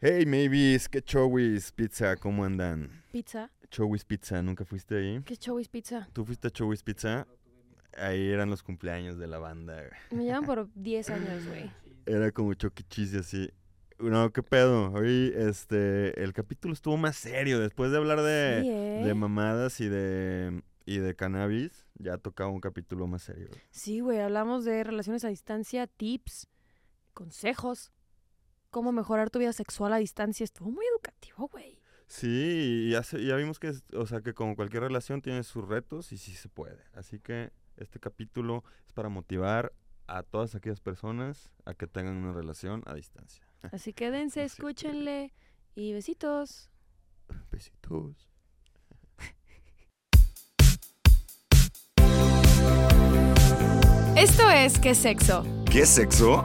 Hey, Mavis, ¿qué Chowis Pizza? ¿Cómo andan? Pizza. Chowis Pizza, ¿nunca fuiste ahí? ¿Qué es Chowis Pizza? ¿Tú fuiste a Chowis Pizza? Ahí eran los cumpleaños de la banda. güey. Me llevan por 10 años, güey. Era como choquichis y así. No, qué pedo. Hoy, este, el capítulo estuvo más serio. Después de hablar de, Sí, ¿eh? de mamadas y de, y de cannabis, ya tocaba un capítulo más serio. güey. Sí, güey, hablamos de relaciones a distancia, tips, consejos, cómo mejorar tu vida sexual a distancia. Estuvo muy educativo, güey. Sí, y ya, se- ya vimos que, es- o sea, que como cualquier relación tiene sus retos y sí se puede. Así que este capítulo es para motivar a todas aquellas personas a que tengan una relación a distancia. Así que dense, Así que- escúchenle y besitos. Besitos. Esto es ¿Qué sexo? ¿Qué sexo?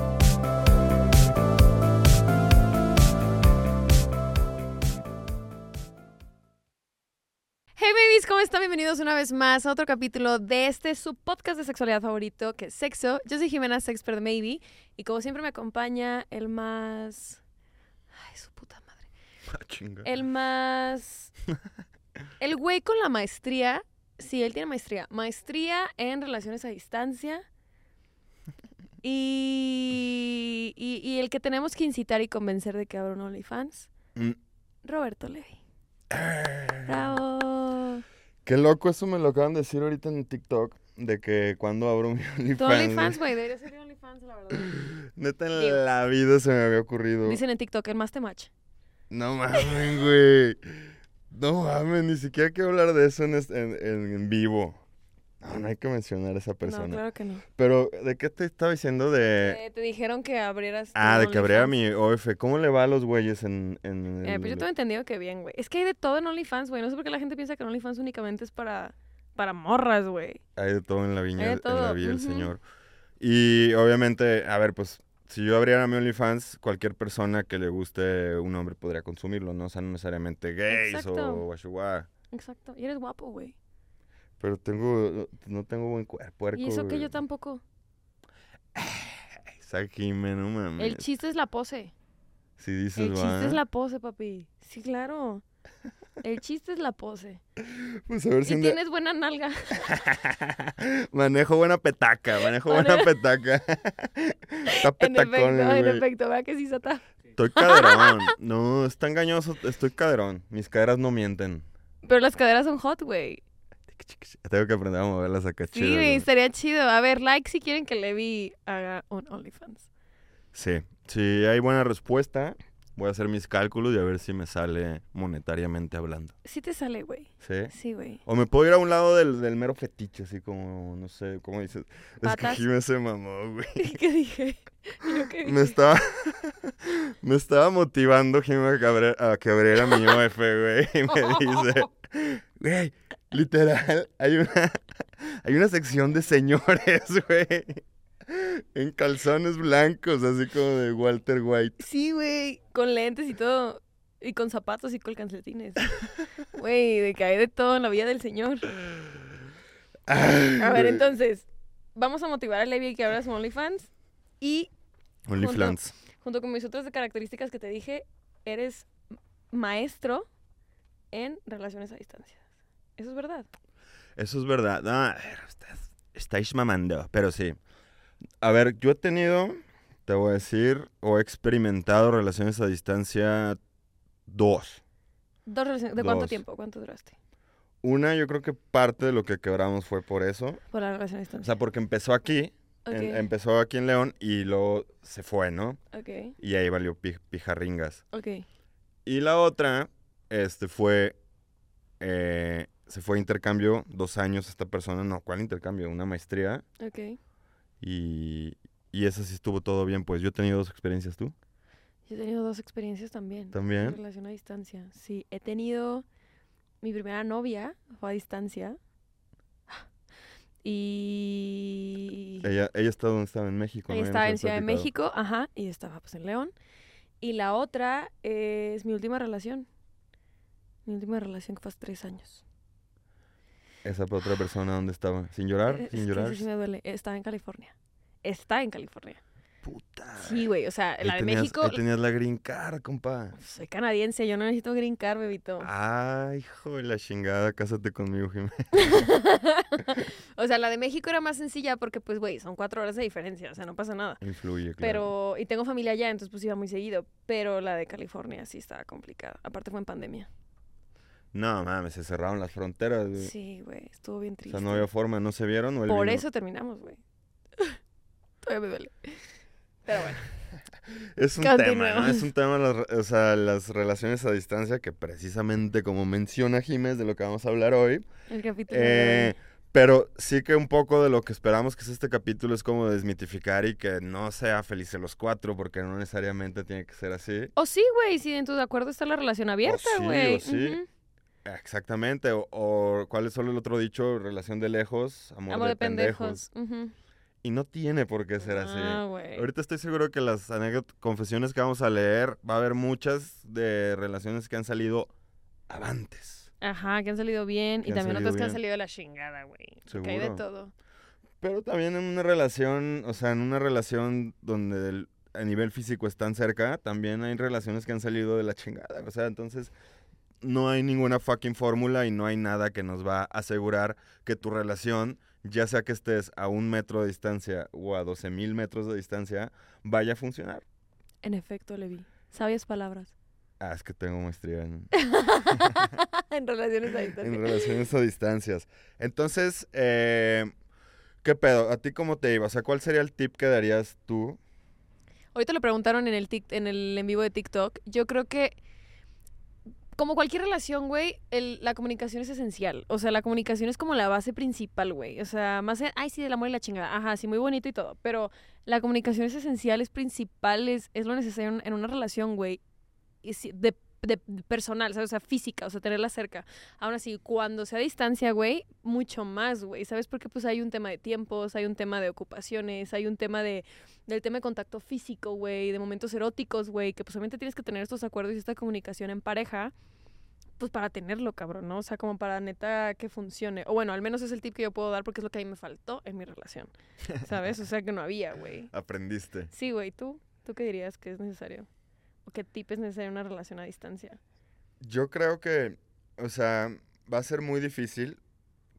Hey babies, ¿cómo están? Bienvenidos una vez más a otro capítulo de este su podcast de sexualidad favorito, que es Sexo. Yo soy Jimena Sexpert Maybe y como siempre me acompaña el más... Ay, su puta madre. Ah, chinga. El más. El güey con la maestría. Sí, él tiene maestría. Maestría en relaciones a distancia. Y, y, y el que tenemos que incitar y convencer de que abra un OnlyFans, Mm. Roberto Levy. ¡Bravo! Qué loco, eso me lo acaban de decir ahorita en TikTok, de que cuando abro mi OnlyFans. Tu OnlyFans, güey, debería ser de OnlyFans, la verdad. güey. Neta, en Digo. la vida se me había ocurrido. Dicen en TikTok, el más te match. No mames, güey. No mames, ni siquiera hay que hablar de eso en, est- en, en- en vivo. No, no hay que mencionar a esa persona. No, claro que no. Pero, ¿de qué te estaba diciendo de...? Eh, te dijeron que abrieras. tu ah, de que abriera OnlyFans. mi OF. ¿Cómo le va a los güeyes en...? en Eh, el- pero yo tengo entendido que bien, güey. Es que hay de todo en OnlyFans, güey. No sé por qué la gente piensa que OnlyFans únicamente es para, para morras, güey. Hay de todo en la viña, Hay de en la todo, vida del ujú. señor. Y, obviamente, a ver, pues, si yo abriera mi OnlyFans, cualquier persona que le guste un hombre podría consumirlo, ¿no? O sea, no necesariamente gays Exacto. o guachua. Exacto. Y eres guapo, güey. Pero tengo... No tengo buen cuerpo, Y eso que yo tampoco. Sáquime, no mames. El chiste Mm, es la pose. Si dices, El chiste es "Va". la pose, papi. Sí, claro. El chiste es la pose. Pues a ver Y si un día- tienes buena nalga. Manejo buena petaca, manejo buena petaca. Está En petacón, efecto, en el güey. efecto. ¿Verdad que sí, Sata? Estoy caderón. No, está engañoso. Estoy caderón. Mis caderas no mienten. Pero las caderas son hot, güey. Tengo que aprender a moverlas acá Sí, chido, güey, güey. estaría chido. A ver, like si quieren que Levi haga un OnlyFans. Sí. Si hay buena respuesta, voy a hacer mis cálculos y a ver si me sale monetariamente hablando. Sí te sale, güey. ¿Sí? Sí, güey. O me puedo ir a un lado del, del mero fetiche, así como, no sé, ¿cómo dices? Es que Patas. Jimé se mamó, güey. ¿Qué dije? ¿Yo qué dije? Me estaba, me estaba motivando Jimena Cabrera a que abriera mi OF, güey. Y me dice, güey, literal, hay una, hay una sección de señores, güey. En calzones blancos, así como de Walter White. Sí, güey, con lentes y todo. Y con zapatos y con calcetines. Güey, de que hay de todo en la vida del señor. Ay, A ver, güey. entonces, vamos a motivar a Levi a que abra su OnlyFans. Y OnlyFans. junto con mis otras características que te dije, eres maestro en relaciones a distancia. Eso es verdad. Eso es verdad. No, a ver, estás- estáis mamando, pero sí. A ver, yo he tenido, te voy a decir, o he experimentado relaciones a distancia dos. Dos relaciones. ¿De cuánto Dos. tiempo? ¿Cuánto duraste? Una, yo creo que parte de lo que quebramos fue por eso. Por la relación a O distancia. sea, porque empezó aquí, Ok, en- empezó aquí en León y luego se fue, ¿no? ok, Y ahí valió pi- pijarringas. ok. Y la otra, este fue, eh, se fue a intercambio dos años esta persona, no, ¿cuál intercambio? Una maestría Ok. y, y esa sí estuvo todo bien. Pues yo he tenido dos experiencias, ¿tú? Yo he tenido dos experiencias también. En También. relación a distancia, sí. He tenido mi primera novia, fue a distancia. Y y Ella, ella está donde estaba, en México. ¿no? Ya ella nos estaba en habías Ciudad de platicado. México, ajá, y yo estaba pues en León. Y la otra es mi última relación. Mi última relación que fue hace tres años. Esa para otra persona, ¿dónde estaba? ¿Sin llorar? Eh, Es ¿Sin que llorar? eso sí me duele. Estaba en California. Está en California. Puta. Sí, güey, o sea, Ah. Ahí la de tenías- México... pues, Ahí tenías la green card, compa. Soy canadiense, yo no necesito green card, bebito. Ah. Ay, hijo de la chingada, cásate conmigo, Jimena. O sea, la de México era más sencilla porque, pues, güey, son cuatro horas de diferencia, o sea, no pasa nada. Influye, claro. Pero, y tengo familia allá, entonces pues iba muy seguido. Pero la de California sí estaba complicada. Aparte fue en pandemia. No, mames, se cerraron las fronteras, güey. Sí, güey, estuvo bien o triste. sea, no había forma, ¿no se vieron? ¿O él Por vino? eso terminamos, güey. Todavía me duele. Pero bueno, Es un tema, ¿no? Continuemos. Es un tema, las, re- o sea, las relaciones a distancia que precisamente como menciona Jiménez de lo que vamos a hablar hoy. el capítulo. eh, pero sí que un poco de lo que esperamos que es este capítulo es como desmitificar y que no sea felices los cuatro, porque no necesariamente tiene que ser así. O sí, güey, si en tu acuerdo está la relación abierta, sí, o güey. sí. Ujú. Exactamente, o, o cuál es solo el otro dicho, relación de lejos, amor, Amor de, de pendejos. pendejos. Ujú. Y no tiene por qué ser así. Ah, güey. Ahorita estoy seguro que las anécdotas, confesiones que vamos a leer, va a haber muchas de relaciones que han salido avantes. Ajá, que han salido bien. Que Y han también salido otras que han bien. salido de la chingada, güey. Porque hay de Seguro. todo. Pero también en una relación, o sea, en una relación donde el- a nivel físico están cerca, también hay relaciones que han salido de la chingada. O sea, entonces no hay ninguna fucking fórmula y no hay nada que nos va a asegurar que tu relación, ya sea que estés a un metro de distancia o a 12 mil metros de distancia, vaya a funcionar. En efecto, Levi. Sabias palabras. Ah, es que tengo maestría en, en relaciones a distancia. En relaciones a distancias. Entonces, eh, ¿qué pedo? ¿A ti cómo te iba? O sea, ¿cuál sería el tip que darías tú? Ahorita lo preguntaron en el, tic- en el en vivo de TikTok. Yo creo que, como cualquier relación, güey, el- la comunicación es esencial. O sea, la comunicación es como la base principal, güey. O sea, más, en- ay, sí, del amor y la chingada. Ajá, sí, muy bonito y todo. Pero la comunicación es esencial, es principal, es, es lo necesario en, en una relación, güey. Y si- de, de- de personal, ¿sabes? O sea, física, o sea, tenerla cerca. Aún así, cuando sea a distancia, güey, mucho más, güey. ¿Sabes? Porque pues hay un tema de tiempos, hay un tema de ocupaciones, hay un tema de del tema de contacto físico, güey, de momentos eróticos, güey, que pues obviamente tienes que tener estos acuerdos y esta comunicación en pareja, pues para tenerlo, cabrón, ¿no? O sea, como para neta que funcione. O bueno, al menos es el tip que yo puedo dar porque es lo que a mí me faltó en mi relación, ¿sabes? O sea, que no había, güey. Aprendiste. Sí, güey, ¿tú? ¿Tú qué dirías que es necesario? ¿O qué tip es necesario en una relación a distancia? Yo creo que, o sea, va a ser muy difícil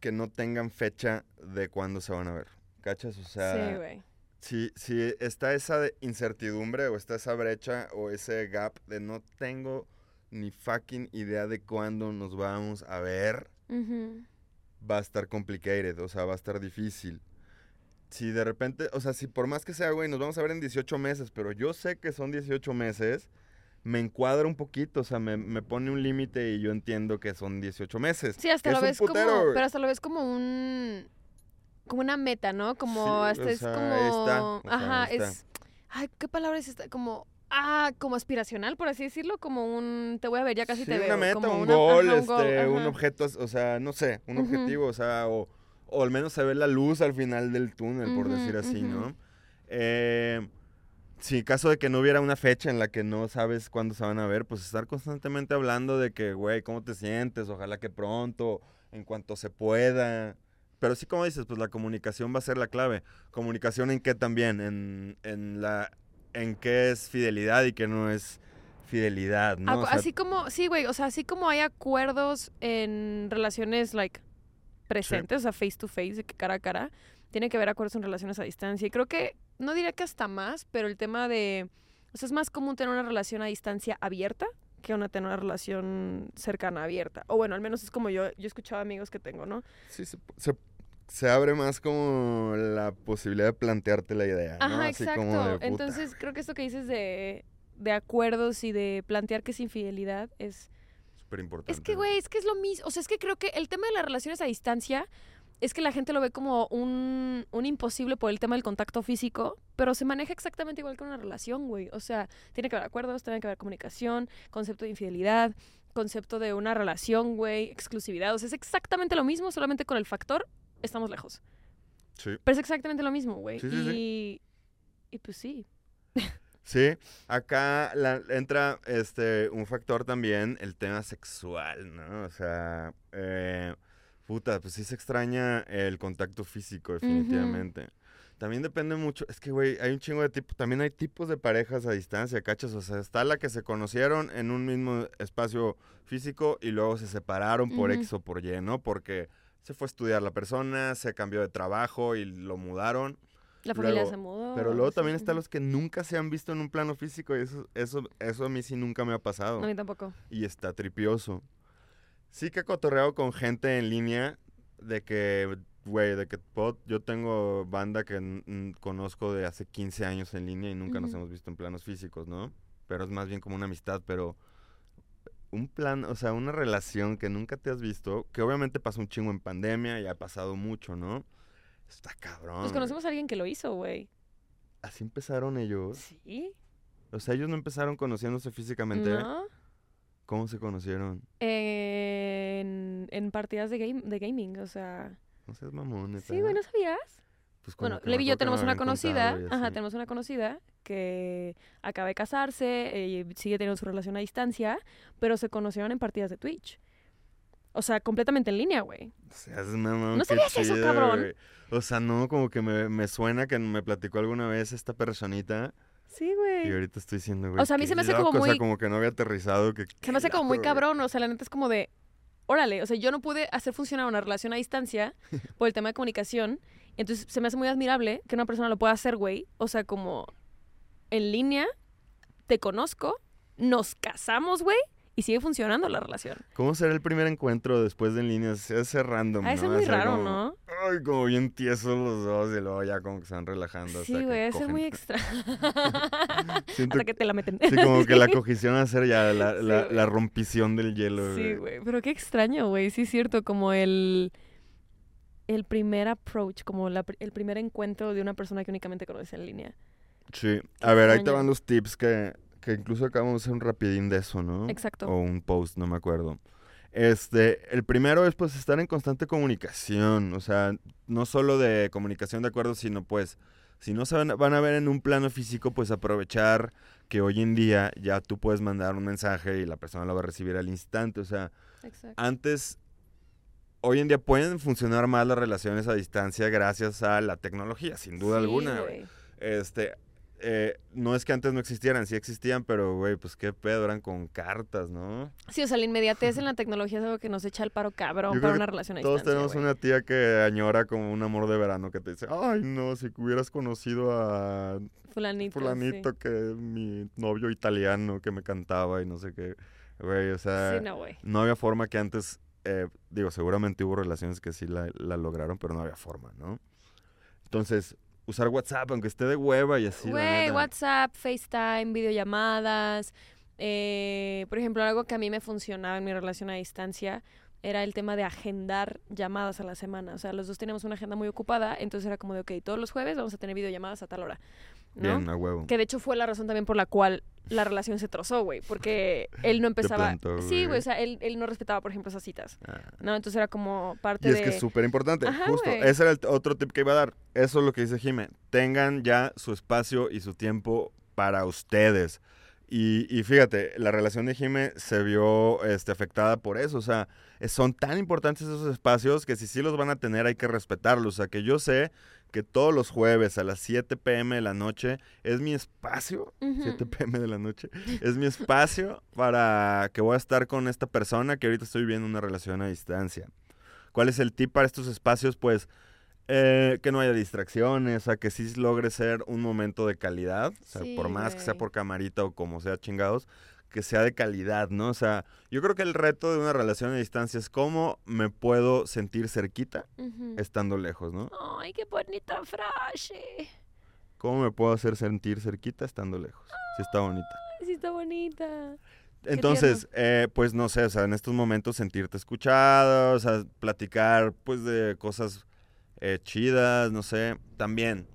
que no tengan fecha de cuándo se van a ver. ¿Cachas? O sí, sea, güey. si, si está esa de- incertidumbre o está esa brecha o ese gap de no tengo ni fucking idea de cuándo nos vamos a ver. Ujú. va a estar complicated, o sea, va a estar difícil. Si de repente, o sea, si por más que sea, güey, nos vamos a ver en 18 meses, pero yo sé que son 18 meses, me encuadra un poquito, o sea, me, me pone un límite y yo entiendo que son 18 meses. Sí, hasta que lo es un ves putero, como. güey. Pero hasta lo ves como un. Como una meta, ¿no? Como Sí, o hasta es sea, como. ahí está, o sea, Ajá, ahí está. es. Ay, ¿qué palabra es esta? Como. Ah, como aspiracional, por así decirlo. Como un. Te voy a ver, ya casi Sí, te veo. una meta, como un una- gol, ajá, un este, gol, un ajá. objeto, o sea, no sé, un Ujú. objetivo, o sea, o, o al menos se ve la luz al final del túnel, por Ujú, decir así, ujú. ¿no? Eh, si en caso de que no hubiera una fecha en la que no sabes cuándo se van a ver, pues estar constantemente hablando de que, güey, ¿cómo te sientes? Ojalá que pronto, en cuanto se pueda. Pero sí, como dices, pues la comunicación va a ser la clave. ¿Comunicación en qué también? En, en la en qué es fidelidad y qué no es fidelidad, ¿no? Acu- O sea, así como, sí, güey, o sea, así como hay acuerdos en relaciones, like, presentes, o sea, face to face, de que cara a cara, tiene que haber acuerdos en relaciones a distancia. Y creo que, no diría que hasta más, pero el tema de, o sea, es más común tener una relación a distancia abierta que una tener una relación cercana abierta. O bueno, al menos es como yo, yo he escuchado amigos que tengo, ¿no? Sí, se, se- se abre más como la posibilidad de plantearte la idea, Ah, ¿no? Ajá, Así exacto. como de puta. Entonces, creo que esto que dices de, de acuerdos y de plantear que es infidelidad es Súper importante. Es que, güey, es que es lo mismo. O sea, es que creo que el tema de las relaciones a distancia es que la gente lo ve como un, un imposible por el tema del contacto físico, pero se maneja exactamente igual que una relación, güey. O sea, tiene que haber acuerdos, tiene que haber comunicación, concepto de infidelidad, concepto de una relación, güey, exclusividad. O sea, es exactamente lo mismo, solamente con el factor estamos lejos. Sí. Pero es exactamente lo mismo, güey. Sí, sí, sí. y, y pues sí. Sí, acá la- entra este un factor también, el tema sexual, ¿no? O sea, eh, puta, pues sí se extraña el contacto físico, definitivamente. También depende mucho, es que, güey, hay un chingo de tipos, también hay tipos de parejas a distancia, ¿cachas? O sea, está la que se conocieron en un mismo espacio físico y luego se separaron por Ujú. X o por Y, ¿no? Porque se fue a estudiar la persona, se cambió de trabajo y lo mudaron. La familia Luego- se mudó. Pero luego sí, también están ujú. los que nunca se han visto en un plano físico y eso, eso, eso a mí sí nunca me ha pasado. A mí tampoco. Y está tripioso. Sí que he cotorreado con gente en línea de que, güey, de que pod- yo tengo banda que n- n- conozco de hace 15 años en línea y nunca nos Ujú. hemos visto en planos físicos, ¿no? Pero es más bien como una amistad, pero un plan, o sea, una relación que nunca te has visto, que obviamente pasó un chingo en pandemia y ha pasado mucho, ¿no? Está cabrón. güey. Pues conocemos a alguien que lo hizo, güey. Así empezaron ellos. Sí. O sea, ellos no empezaron conociéndose físicamente. ¿No? ¿Cómo se conocieron? En, en partidas de, game, de gaming, o sea. No seas mamón, neta. Sí, güey, ¿no sabías? Pues como Bueno, que me Levi y yo acuerdo que me tenemos una habían conocida, contado y ajá, así. tenemos una conocida que acaba de casarse, eh, sigue teniendo su relación a distancia, pero se conocieron en partidas de Twitch. O sea, completamente en línea, güey. No seas mamón, ¿No qué sabías eso, chido, cabrón? güey. O sea, no, como que me, me suena que me platicó alguna vez esta persononita Sí, y güey. ahorita estoy diciendo, güey, O sea, a mí qué se me hace loco, como O sea, muy- como que no había aterrizado. Que, Se me hace como muy loco, güey. cabrón, o sea, la neta es como de, órale, o sea, yo no pude hacer funcionar una relación a distancia por el tema de comunicación, entonces se me hace muy admirable que una persona lo pueda hacer, güey. O sea, como en línea, te conozco, nos casamos, güey, y sigue funcionando la relación. ¿Cómo será el primer encuentro después de en línea? Se hace random, Ah, ¿no? eso es muy Hacer raro, como- ¿no? Ay, como bien tiesos los dos y luego ya como que se van relajando. hasta Sí, que güey, eso es cogen. muy extra. Siento Hasta que te la meten. Sí, como que la cogición va a ser ya la, Sí, la, güey. la rompición del hielo. Sí, güey. güey, pero qué extraño, güey. Sí, es cierto, como el, el primer approach, como la pr- el primer encuentro de una persona que únicamente conoces en línea. Sí. A ver, ahí te extraño. van los tips que, que incluso acabamos de hacer un rapidín de eso, ¿no? Oh. Exacto. O un post, no me acuerdo. Este, el primero es pues estar en constante comunicación, o sea, no solo de comunicación de acuerdo, sino pues, si no se van, van a ver en un plano físico, pues aprovechar que hoy en día ya tú puedes mandar un mensaje y la persona lo va a recibir al instante, o sea, Exacto. antes, hoy en día pueden funcionar más las relaciones a distancia gracias a la tecnología, sin duda alguna. güey. Este, eh, no es que antes no existieran, sí existían, pero güey, pues qué pedo, eran con cartas, ¿no? Sí, o sea, la inmediatez en la tecnología es algo que nos echa el paro cabrón Yo creo para que una relación a Todos distancia. tenemos güey. una tía que añora como un amor de verano que te dice, ay no, si hubieras conocido a Fulanito. sí. fulanito que mi novio italiano que me cantaba y no sé qué, güey, o Sí, sea, no, güey. no había forma que antes, eh, digo, seguramente hubo relaciones que sí la, la lograron, pero no había forma, ¿no? Entonces, usar WhatsApp, aunque esté de hueva y así. la Güey, neta. WhatsApp, FaceTime, videollamadas. eh, por ejemplo, algo que a mí me funcionaba en mi relación a distancia era el tema de agendar llamadas a la semana. O sea, los dos teníamos una agenda muy ocupada, entonces era como de, ok, todos los jueves vamos a tener videollamadas a tal hora. ¿no? Bien, a huevo. Que de hecho fue la razón también por la cual la relación se trozó, güey, porque él no empezaba... plantó, sí, güey. güey, o sea, él, él no respetaba, por ejemplo, esas citas. Ah. No, entonces era como parte Y es de... que es súper importante, Ajá, justo. güey. Ese era el t- otro tip que iba a dar. Eso es lo que dice Jime. Tengan ya su espacio y su tiempo para ustedes. Y, y fíjate, la relación de Jime se vio este, afectada por eso. O sea, eh, son tan importantes esos espacios que si sí los van a tener hay que respetarlos. O sea, que yo sé que todos los jueves a las 7 pm de la noche es mi espacio 7 Ujú. pm de la noche. Es mi espacio para que voy a estar con esta persona que ahorita estoy viviendo una relación a distancia. ¿Cuál es el tip para estos espacios? Pues eh, que no haya distracciones, o sea, que sí logre ser un momento de calidad, o sea, Sí, por más que sea güey. por camarita o como sea chingados, que sea de calidad, ¿no? O sea, yo creo que el reto de una relación a distancia es cómo me puedo sentir cerquita Ujú. estando lejos, ¿no? Ay, qué bonita frase. ¿Cómo me puedo hacer sentir cerquita estando lejos? Si está bonita. Ay, sí está bonita. Qué Entonces, eh, pues no sé, o sea, en estos momentos sentirte escuchado, o sea, platicar pues de cosas eh, chidas, no sé, también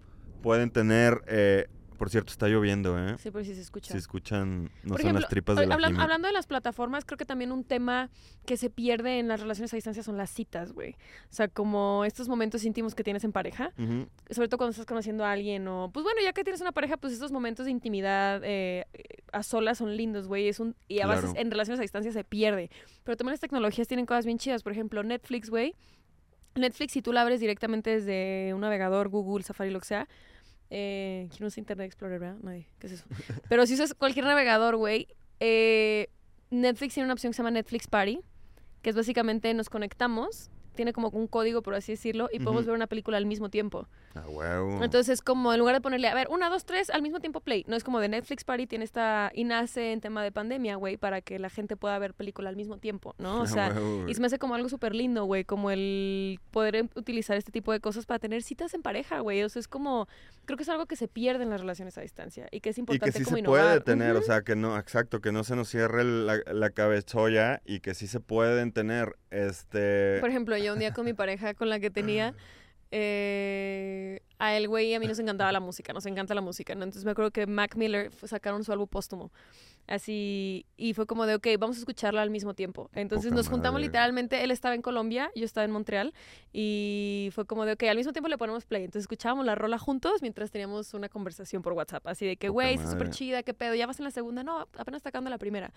pueden tener eh, Por cierto, está lloviendo, ¿eh? Sí, pero sí se escucha. Si escuchan, no Por son ejemplo, las tripas de la hablan- Jime. Hablando de las plataformas, creo que también un tema que se pierde en las relaciones a distancia son las citas, güey. O sea, como estos momentos íntimos que tienes en pareja, Ujú. sobre todo cuando estás conociendo a alguien o... Pues bueno, ya que tienes una pareja, pues estos momentos de intimidad eh, a solas son lindos, güey. Es un- Y a veces Claro. en relaciones a distancia se pierde. Pero también las tecnologías tienen cosas bien chidas. Por ejemplo, Netflix, güey. Netflix, si tú la abres directamente desde un navegador, Google, Safari, lo que sea, eh, ¿Quién usa Internet Explorer, verdad? Nadie. ¿Qué es eso? Pero si usas cualquier navegador, güey, eh, Netflix tiene una opción que se llama Netflix Party, que es básicamente nos conectamos, tiene como un código, por así decirlo, y podemos Ujú. ver una película al mismo tiempo. Ah, huevo. Entonces es como, en lugar de ponerle, a ver, una, dos, tres, al mismo tiempo play. No es como de Netflix Party, tiene esta, y nace en tema de pandemia, güey, para que la gente pueda ver película al mismo tiempo, ¿no? O Ah, sea, huevo, güey. y se me hace como algo súper lindo, güey, como el poder em- utilizar este tipo de cosas para tener citas en pareja, güey. O sea, es como, creo que es algo que se pierde en las relaciones a distancia y que es Y importante que sí como se innovar. puede tener, Ujú. o sea, que no, exacto, que no se nos cierre la, la cabezoya y que sí se pueden tener, este... Por ejemplo, yo un día con mi pareja con la que tenía, eh, a él, güey, y a mí nos encantaba la música, nos encanta la música, ¿no? Entonces me acuerdo que Mac Miller fu- sacaron su álbum póstumo. Así, y fue como de, ok, vamos a escucharla al mismo tiempo. Entonces Poca nos juntamos madre. literalmente, él estaba en Colombia, yo estaba en Montreal, y fue como de, ok, al mismo tiempo le ponemos play. Entonces escuchábamos la rola juntos mientras teníamos una conversación por WhatsApp, así de que, Poca güey, está madre. súper chida, qué pedo, ya vas en la segunda, no, apenas está acabando la primera.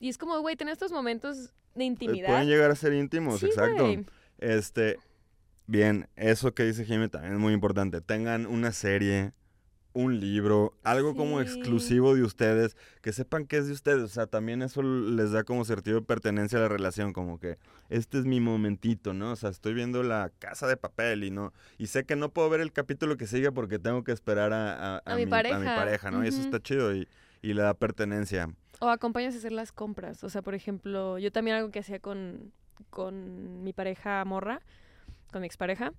Y es como, güey, tener estos momentos de eh, intimidad. Pueden llegar a ser íntimos, Sí, exacto. güey. Este, bien, eso que dice Jimmy también es muy importante. Tengan una serie, un libro, algo como Sí. exclusivo de ustedes, que sepan que es de ustedes. O sea, también eso les da como sentido de pertenencia a la relación, como que este es mi momentito, ¿no? O sea, estoy viendo la casa de papel y no, y sé que no puedo ver el capítulo que sigue porque tengo que esperar a, A mi pareja. pareja, ¿no? Y eso Ujú. está chido y, y le da pertenencia. O acompañas a hacer las compras. O sea, por ejemplo, yo también algo que hacía con, con mi pareja morra, con mi expareja,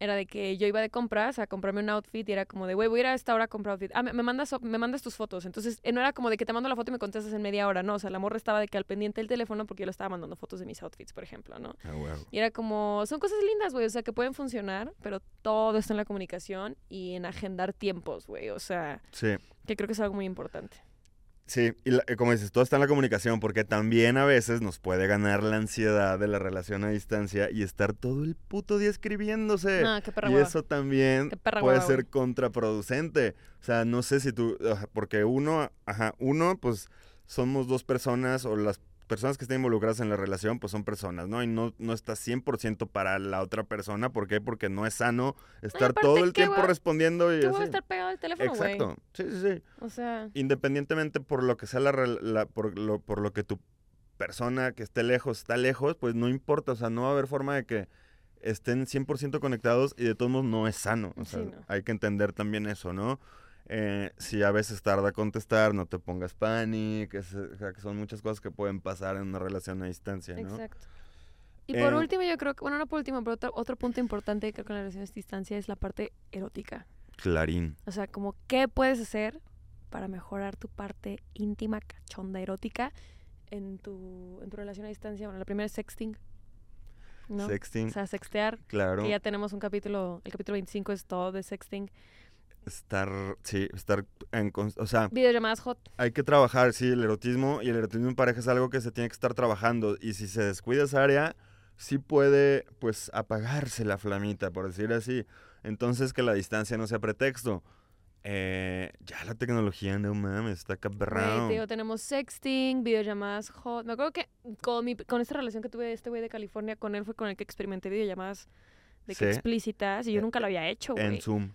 era de que yo iba de compras a comprarme un outfit y era como de, güey, voy a ir a esta hora a comprar outfit. Ah, me, me mandas, me mandas tus fotos. Entonces, eh, no era como de que te mando la foto y me contestas en media hora, no. O sea, la morra estaba de que al pendiente del teléfono porque yo le estaba mandando fotos de mis outfits, por ejemplo, ¿no? Ah, huevo. Y era como, son cosas lindas, güey, o sea, que pueden funcionar, pero todo está en la comunicación y en agendar tiempos, güey. O sea, Sí. que creo que es algo muy importante. Sí, y la- eh, como dices, todo está en la comunicación, porque también a veces nos puede ganar la ansiedad de la relación a distancia y estar todo el puto día escribiéndose. Ah, qué perra y hueva. eso también Qué perra puede hueva, ser güey. contraproducente. O sea, no sé si tú, ajá, porque uno, ajá, uno, pues somos dos personas o las personas que estén involucradas en la relación, pues son personas, ¿no? Y no, no está 100% para la otra persona. ¿Por qué? Porque no es sano estar aparte, todo el qué tiempo hueva- respondiendo y Tú vas a así. estar pegado al teléfono, güey. Exacto. Sí, sí, sí O sea, independientemente por lo que sea la, rel- la- por, lo, por lo que tu persona que esté lejos está lejos, pues no importa, o sea, no va a haber forma de que estén 100% conectados y de todos modos no es sano, o sea, Sí, no. hay que entender también eso, ¿no? Eh, si a veces tarda contestar, no te pongas pánico, que, se- o sea, que son muchas cosas que pueden pasar en una relación a distancia, ¿no? exacto. Y por Eh, último, yo creo que, bueno, no por último, pero otro, otro punto importante creo que en las relaciones a distancia es la parte erótica. Clarín. O sea, como qué puedes hacer para mejorar tu parte íntima, cachonda, erótica en tu, en tu relación a distancia. Bueno, la primera es sexting. ¿no? Sexting, O sea, sextear. claro. Que ya tenemos un capítulo, el capítulo 25 es todo de sexting. Estar, sí, estar en, cons- o sea, Videollamadas hot. Hay que trabajar, sí, el erotismo y el erotismo en pareja es algo que se tiene que estar trabajando y si se descuida esa área, sí puede pues apagarse la flamita, por decir así. Entonces que la distancia no sea pretexto. Eh, ya la tecnología, no mames, está Güey, Eh, te cabrón. digo, tenemos sexting, videollamadas hot. Me acuerdo que con, mi, con esta relación que tuve de este güey de California, con él fue con el que experimenté videollamadas de Sí. que explícitas y yo Eh, nunca lo había hecho, güey. En Zoom,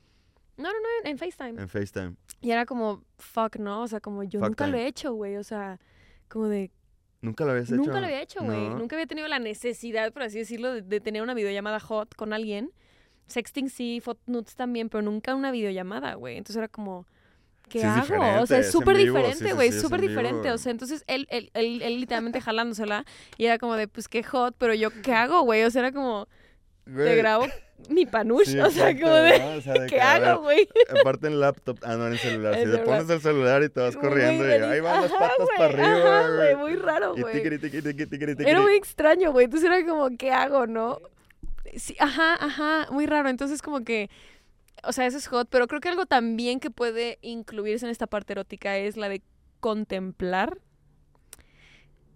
No, no, no, en, en FaceTime. en FaceTime. Y era como, fuck, ¿no? O sea, como yo Fuck nunca lo time. he hecho, güey. O sea, como de, Nunca lo habías hecho. nunca lo había hecho, güey. No. Nunca había tenido la necesidad, por así decirlo, de, de tener una videollamada hot con alguien. Sexting sí, hot nudes también, pero nunca una videollamada, güey. Entonces era como, Sí, ¿qué es hago? O diferente, sea, es es en súper vivo, sí, diferente, sí, güey. sí, es en súper vivo, diferente. O güey. sea, entonces él, él, él, él literalmente jalándosela y era como de, pues qué hot, pero yo, ¿qué hago, güey? O sea, era como, te Güey, grabo mi panush. sí, o sea, exacto, como de, ¿no? O sea, de ¿qué que, a ver, hago, güey? Aparte en laptop, ah, no, en celular. En Si te celular. pones el celular y te vas Güey, corriendo y del- ahí van las ajá, patas güey, para arriba. ajá, güey, muy raro, Y güey. tiquiri, tiquiri, tiquiri, tiquiri, Era tiquiri. muy extraño, güey. Entonces era como, ¿qué hago, no? Sí, ajá, ajá, muy raro. Entonces como que o sea, eso es hot, pero creo que algo también que puede incluirse en esta parte erótica es la de contemplar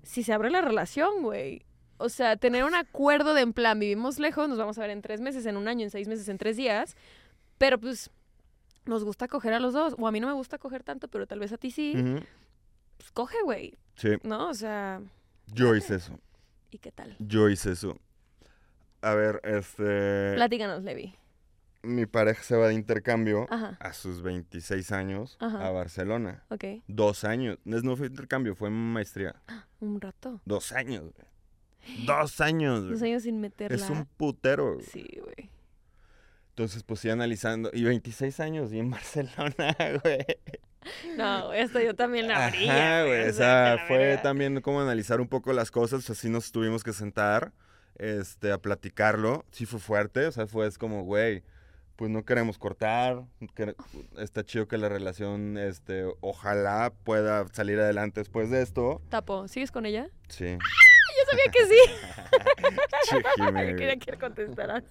si se abre la relación, güey. O sea, tener un acuerdo de en plan, vivimos lejos, nos vamos a ver en tres meses, en un año, en seis meses, en tres días, pero pues nos gusta coger a los dos, o a mí no me gusta coger tanto, pero tal vez a ti sí, Ujú. pues coge, güey, Mm. Sí, ¿no? O sea, yo hice eso. ¿y qué tal? Yo hice eso. A ver, este. Platícanos, Levi. Mi pareja se va de intercambio Ajá, a sus 26 años Ah. Ajá. a Barcelona. ok, Dos años. No no fue intercambio, fue maestría. un rato. Dos años, güey. Dos años, güey. Dos años sin meterla. Es un putero, güey. Sí, güey. Entonces, pues, sí, analizando. Y 26 años, y en Barcelona, güey. No, güey, hasta yo también la abrí. Ajá, güey. O sea, fue también como analizar un poco las cosas. O sea, sí nos tuvimos que sentar este, a platicarlo. Sí fue fuerte. O sea, fue es como, güey, pues no queremos cortar. quere- Está chido que la relación, este, ojalá pueda salir adelante después de esto. Tapo, ¿sigues con ella? Sí. Yo sabía que sí. Che, Jimé, Quería güey. que contestaras.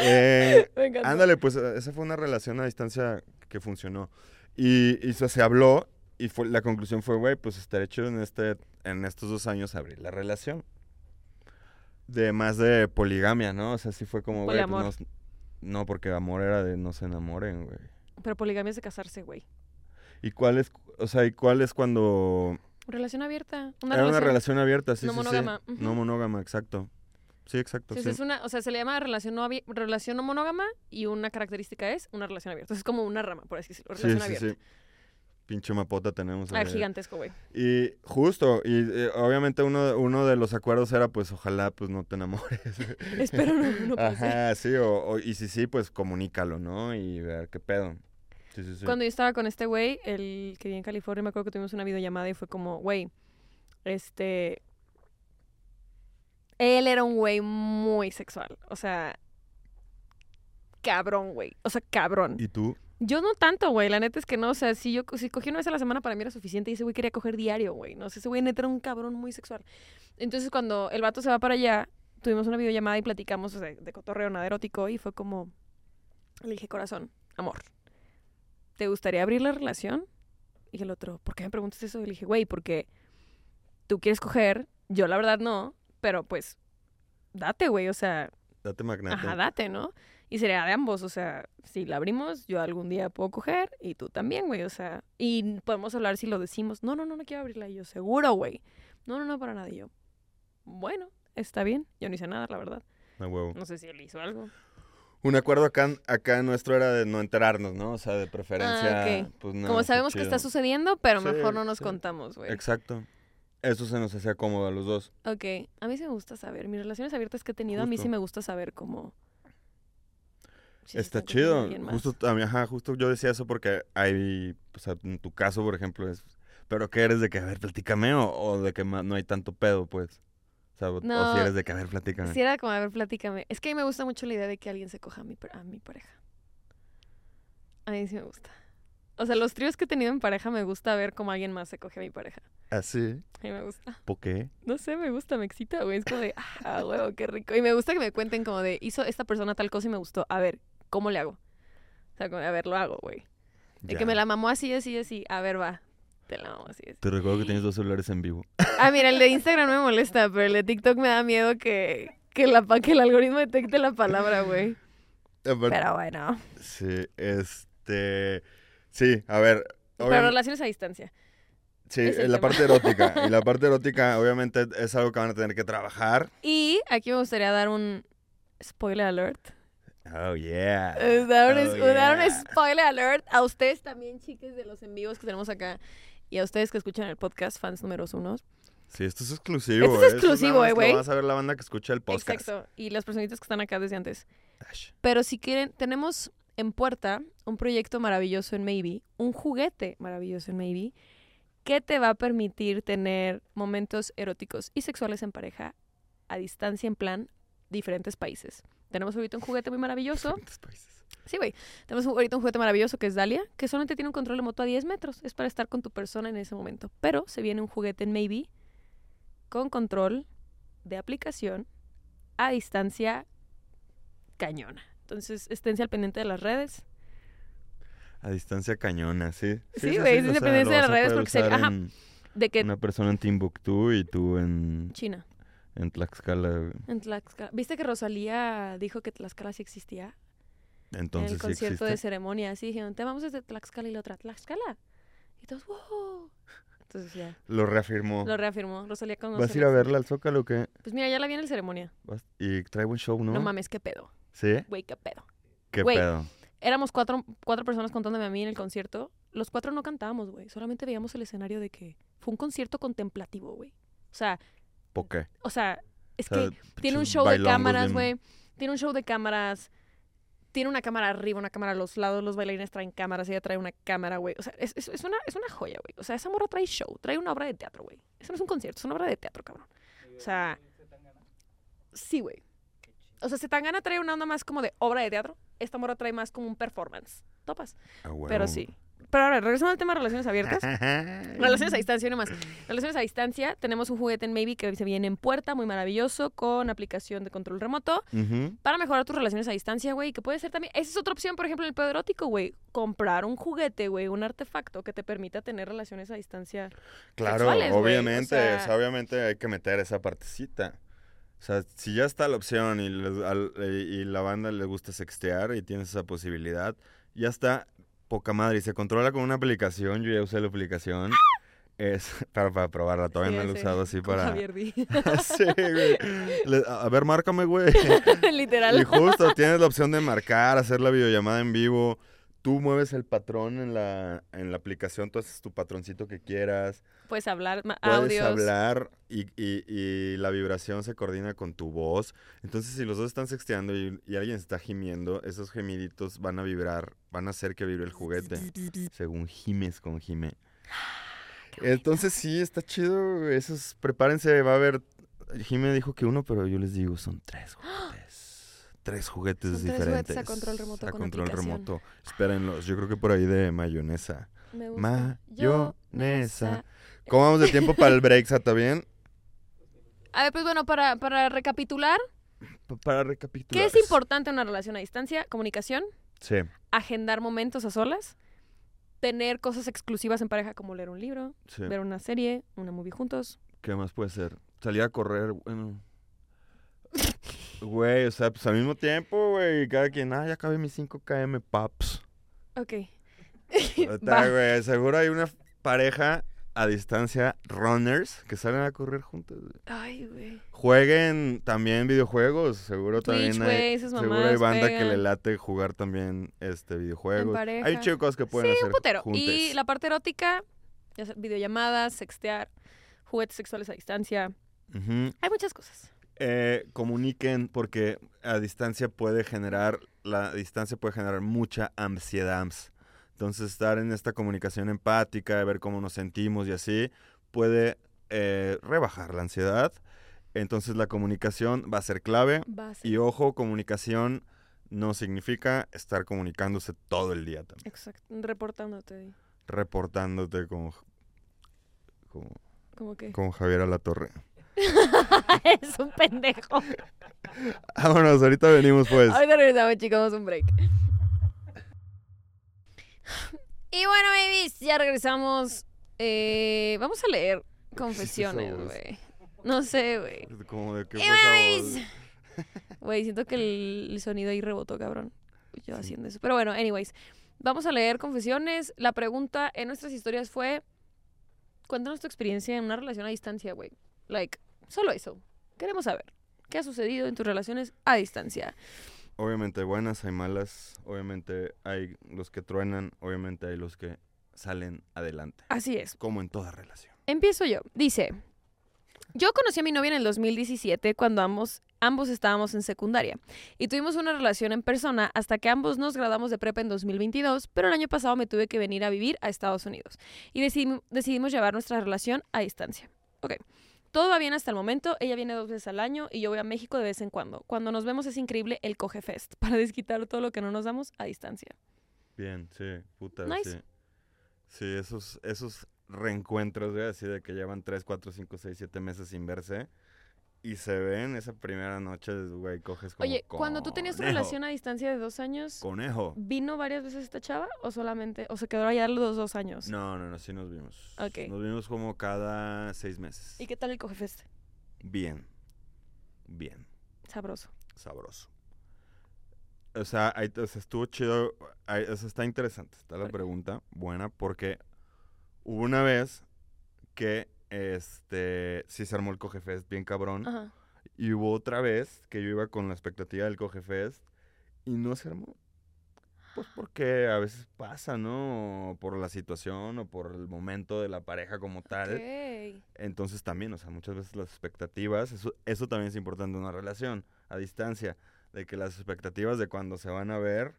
Eh, Me encantó. Ándale, pues eh, esa fue una relación a distancia que funcionó. Y, y se, se habló y fue, la conclusión fue, güey, pues estaré chido en, este, en estos dos años abrir la relación. De más de poligamia, ¿no? O sea, sí fue como, güey, Poliamor. pues, no, no, porque amor era de no se enamoren, güey. Pero poligamia es de casarse, güey. ¿Y cuál es, cu- o sea, y cuál es cuando... Relación abierta. era una relación abierta, sí, no sí, sí. monógama, ujú. No monógama, exacto. Sí, exacto, Sí, o sea, sí. es una, o sea, se le llama relación no, abi- relación no monógama y una característica es una relación abierta. Entonces, es como una rama, por así decirlo. Sí, Relación sí, abierta. sí. Pinche mapota tenemos. Ah, ahí. gigantesco, güey. Y justo, y eh, obviamente uno, de- uno de los acuerdos era pues ojalá pues no te enamores. Espero no, no pase. Ajá, sí, o, o- y si sí, pues comunícalo, ¿no? Y ver qué pedo. Sí, sí, sí. Cuando yo estaba con este güey, el que vivía en California, me acuerdo que tuvimos una videollamada y fue como, güey, este... Él era un güey muy sexual, o sea... Cabrón, güey. O sea, cabrón. ¿Y tú? Yo no tanto, güey. La neta es que no. O sea, si yo si cogí una vez a la semana para mí era suficiente y ese güey quería coger diario, güey. No sé, ese güey neta era un cabrón muy sexual. Entonces, cuando el vato se va para allá, tuvimos una videollamada y platicamos o sea, de cotorreo, nada erótico, y fue como. Le dije, corazón, amor, ¿te gustaría abrir la relación? Y el otro, ¿por qué me preguntas eso? Y le dije, güey, porque tú quieres coger, yo la verdad no, pero pues, date, güey. O sea, Date magnate. Ajá, date, ¿no? Y sería de ambos, o sea, si la abrimos, yo algún día puedo coger y tú también, güey, o sea, y podemos hablar si lo decimos, no, no, no, no quiero abrirla, y yo, seguro, güey, no, no, no, para nada, y yo, bueno, está bien, yo no hice nada, la verdad, A huevo. no sé si él hizo algo. Un acuerdo acá, acá nuestro era de no enterarnos, ¿no? O sea, de preferencia. Ah, pues, no, Como está sabemos que está chido. sucediendo, pero Sí, mejor no nos sí. contamos, güey. Exacto. Eso se nos hacía cómodo a los dos. Ok, a mí sí me gusta saber, mis relaciones abiertas que he tenido, a mí sí Justo. me gusta saber cómo... si se Está están cogiendo a chido. alguien más. Justo, a mí, ajá, justo yo decía eso porque hay, o sea, en tu caso, por ejemplo, es, pero ¿qué eres de que, a ver, platícame o, o de que ma- no hay tanto pedo, pues? O sea, o- o No, si eres de que, a ver, platícame. Si era como, a ver, platícame. Es que a mí me gusta mucho la idea de que alguien se coja a mi, a mi pareja. A mí sí me gusta. O sea, los tríos que he tenido en pareja me gusta ver cómo alguien más se coge a mi pareja. ¿Así? A mí me gusta. Ah, ¿Por qué? No sé, me gusta, me excita, güey. Es como de, ah, huevo, qué rico. Y me gusta que me cuenten como de, hizo esta persona tal cosa y me gustó. A ver, ¿cómo le hago? O sea, como, de, a ver, lo hago, güey. De que Ya. me la mamó así, así, así. A ver, va. Te la mamó así, así. Te recuerdo que tienes dos celulares en vivo. Ah, mira, el de Instagram no me molesta, pero el de TikTok me da miedo que, que, la, pa- que el algoritmo detecte la palabra, güey. Pero bueno. Sí, este... Sí, a ver... Pero obviamente- relaciones a distancia. sí, es el la tema. parte erótica. Y la parte erótica, obviamente, es algo que van a tener que trabajar. Y aquí me gustaría dar un spoiler alert. Oh, yeah. Eh, Dar un, Oh, dar un yeah. spoiler alert a ustedes también, chiques, de los en vivos que tenemos acá. Y a ustedes que escuchan el podcast, fans números unos. Sí, esto es exclusivo. Esto es eh. nada exclusivo, más eh, lo güey. Vas a ver la banda que escucha el podcast. Exacto. Y las personitas que están acá desde antes. Ash. Pero si quieren, tenemos en puerta un proyecto maravilloso en Maybe, un juguete maravilloso en Maybe, que te va a permitir tener momentos eróticos y sexuales en pareja a distancia en plan diferentes países. Tenemos ahorita un juguete muy maravilloso. Diferentes países. Sí, güey. Tenemos ahorita un juguete maravilloso que es Dalia, que solamente tiene un control remoto a 10 metros. Es para estar con tu persona en ese momento. Pero se viene un juguete en Maybe con control de aplicación a distancia cañona. Entonces, esténse al pendiente de las redes. A distancia cañona, sí. Sí, güey, es o sea, lo independencia de vas las a redes, poder porque se- usar ajá. en De que Una persona en Timbuktu y tú en, China, en Tlaxcala. güey. en Tlaxcala. ¿Viste que Rosalía dijo que Tlaxcala sí existía? Entonces en el concierto sí de existe. ceremonia, así dijeron, te vamos desde Tlaxcala y la otra, Tlaxcala. Y todos, wow. Entonces ya, Lo reafirmó. lo reafirmó. Rosalía con ¿Vas a ir a verla al Zócalo o qué? Pues mira, ya la vi en el ceremonia. Vas- Y trae buen show, ¿no? No, mames, qué pedo. ¿Sí? Güey, qué pedo. ¿Qué Güey. pedo? Éramos cuatro, cuatro personas contándome a mí en el concierto. Los cuatro no cantábamos, güey. Solamente veíamos el escenario de que fue un concierto contemplativo, güey. O sea, ¿Por qué? o sea, es O sea, que tiene un pinches show de bailongos cámaras, bien- güey. Tiene un show de cámaras. Tiene una cámara arriba, una cámara a los lados. Los bailarines traen cámaras, ella trae una cámara, güey. O sea, es, es- es una, es una joya, güey. O sea, esa morra trae show, trae una obra de teatro, güey. Eso no es un concierto, es una obra de teatro, cabrón. O sea, sí, güey. O sea, Zetangana trae una onda más como de obra de teatro. Esta morra trae más como un performance. ¿Topas? Ah, huevo. Pero sí. Pero ahora, regresando al tema de relaciones abiertas. Relaciones a distancia, nomás. Relaciones a distancia. Tenemos un juguete en Maybe que se viene en puerta, muy maravilloso, con aplicación de control remoto Ujú. para mejorar tus relaciones a distancia, güey. Que puede ser también. Esa es otra opción, por ejemplo, en el pedo erótico, güey. Comprar un juguete, güey, un artefacto que te permita tener relaciones a distancia. Claro, sexuales, güey, o obviamente, sea- o sea, obviamente hay que meter esa partecita. O sea, si ya está la opción y, les- al- y- y la banda le gusta sextear y tienes esa posibilidad, ya está poca madre. Y se controla con una aplicación, yo ya usé la aplicación. Es para, para probarla, todavía Sí, no la he sí, usado así con para... Javier Di. sí, güey. Le- a, a ver, márcame, güey. Literal. Y justo tienes la opción de marcar, hacer la videollamada en vivo. Tú mueves el patrón en la, en la aplicación, tú haces tu patroncito que quieras Puedes hablar, ma- puedes audios. hablar y, y- y la vibración se coordina con tu voz. Entonces, si los dos están sexteando y, y alguien está gimiendo, esos gemiditos van a vibrar, van a hacer que vibre el juguete, según gimes con gime. Ah, Entonces, sí, está chido. Esos, prepárense, va a haber... Jime dijo que uno, pero yo les digo, son tres juguetes. Tres juguetes Son tres diferentes. juguetes a control remoto A con control aplicación. remoto. Espérenlos. Yo creo que por ahí de mayonesa. Me gusta. Yo- Mayonesa. ¿Cómo vamos de tiempo para el break, Sata? ¿Bien? A ver, pues bueno, para, para recapitular, Pa- Para recapitular. ¿qué es importante en una relación a distancia? Comunicación. Sí. agendar momentos a solas, tener cosas exclusivas en pareja como leer un libro, sí. ver una serie, una movie juntos. ¿Qué más puede ser? Salir a correr, bueno. Güey, o sea, pues al mismo tiempo, güey, cada quien, ah, ya acabé mis 5 km, paps. Ok. Ahorita, güey, seguro hay una pareja a distancia, runners, que salen a correr juntos. güey. Ay, güey. Jueguen también videojuegos, seguro Twitch, también hay... güey, esas Seguro mamás hay banda que le pegan. late jugar también este videojuegos. Hay pareja. chicos que pueden hacer Putero. Y juntes. la parte erótica, ya sea, videollamadas, sextear, juguetes sexuales a distancia. Ujú. Hay muchas cosas. eh, comuniquen porque a distancia puede generar la distancia puede generar mucha ansiedad entonces estar en esta comunicación empática de ver cómo nos sentimos y así puede eh, rebajar la ansiedad entonces la comunicación va a ser clave Va a ser. y ojo comunicación no significa estar comunicándose todo el día también Exacto. Reportándote. reportándote con con, Como que. con Javier a la torre es un pendejo. vámonos ahorita venimos pues Ahorita regresamos, chicos, vamos a un break. Y bueno, babies, ya regresamos. Eh, vamos a leer confesiones, esa voz? güey. No sé, güey. como de qué Y fue esa voz. babies. Güey, siento que el, el sonido ahí rebotó, cabrón. Yo haciendo eso. Pero bueno, anyways, vamos a leer confesiones. La pregunta en nuestras historias fue, cuéntanos tu experiencia en una relación a distancia, güey. Like, solo eso. Queremos saber qué ha sucedido en tus relaciones a distancia. Obviamente hay buenas, hay malas, obviamente hay los que truenan, obviamente hay los que salen adelante, Así es. como en toda relación. Empiezo yo. Dice, yo conocí a mi novia en el 2017 cuando ambos, ambos estábamos en secundaria y tuvimos una relación en persona hasta que ambos nos graduamos de prepa en 2022, pero el año pasado me tuve que venir a vivir a Estados Unidos y decidi- decidimos llevar nuestra relación a distancia. Ok. Todo va bien hasta el momento, ella viene dos veces al año y yo voy a México de vez en cuando. Cuando nos vemos es increíble el coge fest para desquitar todo lo que no nos damos a distancia. Bien, sí, puta, Nice. sí. Sí, esos, esos reencuentros, güey, así de que llevan 3, 4, 5, 6, 7 meses sin verse Y se ven esa primera noche, güey, coges como Oye, cuando tú tenías tu conejo. relación a distancia de dos años, Conejo. ¿vino varias veces esta chava o solamente, o se quedó allá los dos años? No, no, no, sí nos vimos. Ok. Nos vimos como cada seis meses. ¿Y qué tal el cogefest? Bien. Bien. Sabroso. Sabroso. O sea, ahí- o sea, estuvo chido. ahí- o sea, está interesante. Está la Ok. pregunta buena porque hubo una vez que este sí se armó el Cogefest bien cabrón. Ajá. Y hubo otra vez que yo iba con la expectativa del Cogefest y no se armó. Pues porque a veces pasa, ¿no? O Por la situación o por el momento de la pareja como tal. Ok. Entonces también, o sea, muchas veces las expectativas, eso, eso también es importante en una relación a distancia, de que las expectativas de cuando se van a ver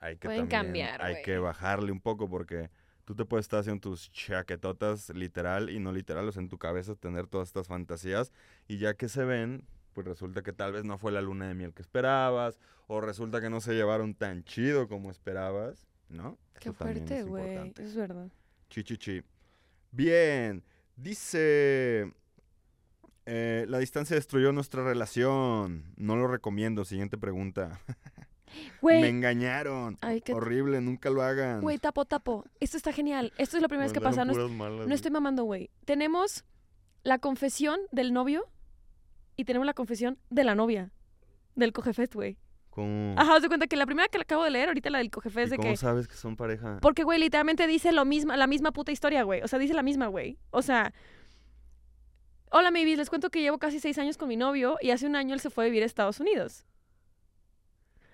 hay que Pueden también- cambiar, hay güey. que bajarle un poco porque tú te puedes estar haciendo tus chaquetotas literal y no literal, o sea, en tu cabeza tener todas estas fantasías y ya que se ven, pues resulta que tal vez no fue la luna de miel que esperabas o resulta que no se llevaron tan chido como esperabas, ¿no? Qué Eso también fuerte, es güey. importante. Eso es verdad. Chi, chi, chi. Bien, dice... eh, la distancia destruyó nuestra relación. No lo recomiendo. Siguiente pregunta. Me Güey, engañaron. ay, qué. Horrible, nunca lo hagan. Güey, tapo, tapo. Esto está genial. Esto es la primera vez que pasa. Mandaron No, es- puras malas, no güey. estoy mamando, güey. Tenemos la confesión del novio y tenemos la confesión de la novia. Del cogefest, güey. ¿Cómo? Ajá, haz de cuenta que la primera que la acabo de leer, ahorita la Mm. del ¿Y cogefest, de ¿Cómo que. sabes que son pareja? Porque, güey, literalmente dice lo misma, la misma puta historia, güey. O sea, dice la misma, güey. O sea. Hola, babies. Les cuento que llevo casi seis años con mi novio y hace un año él se fue a vivir a Estados Unidos.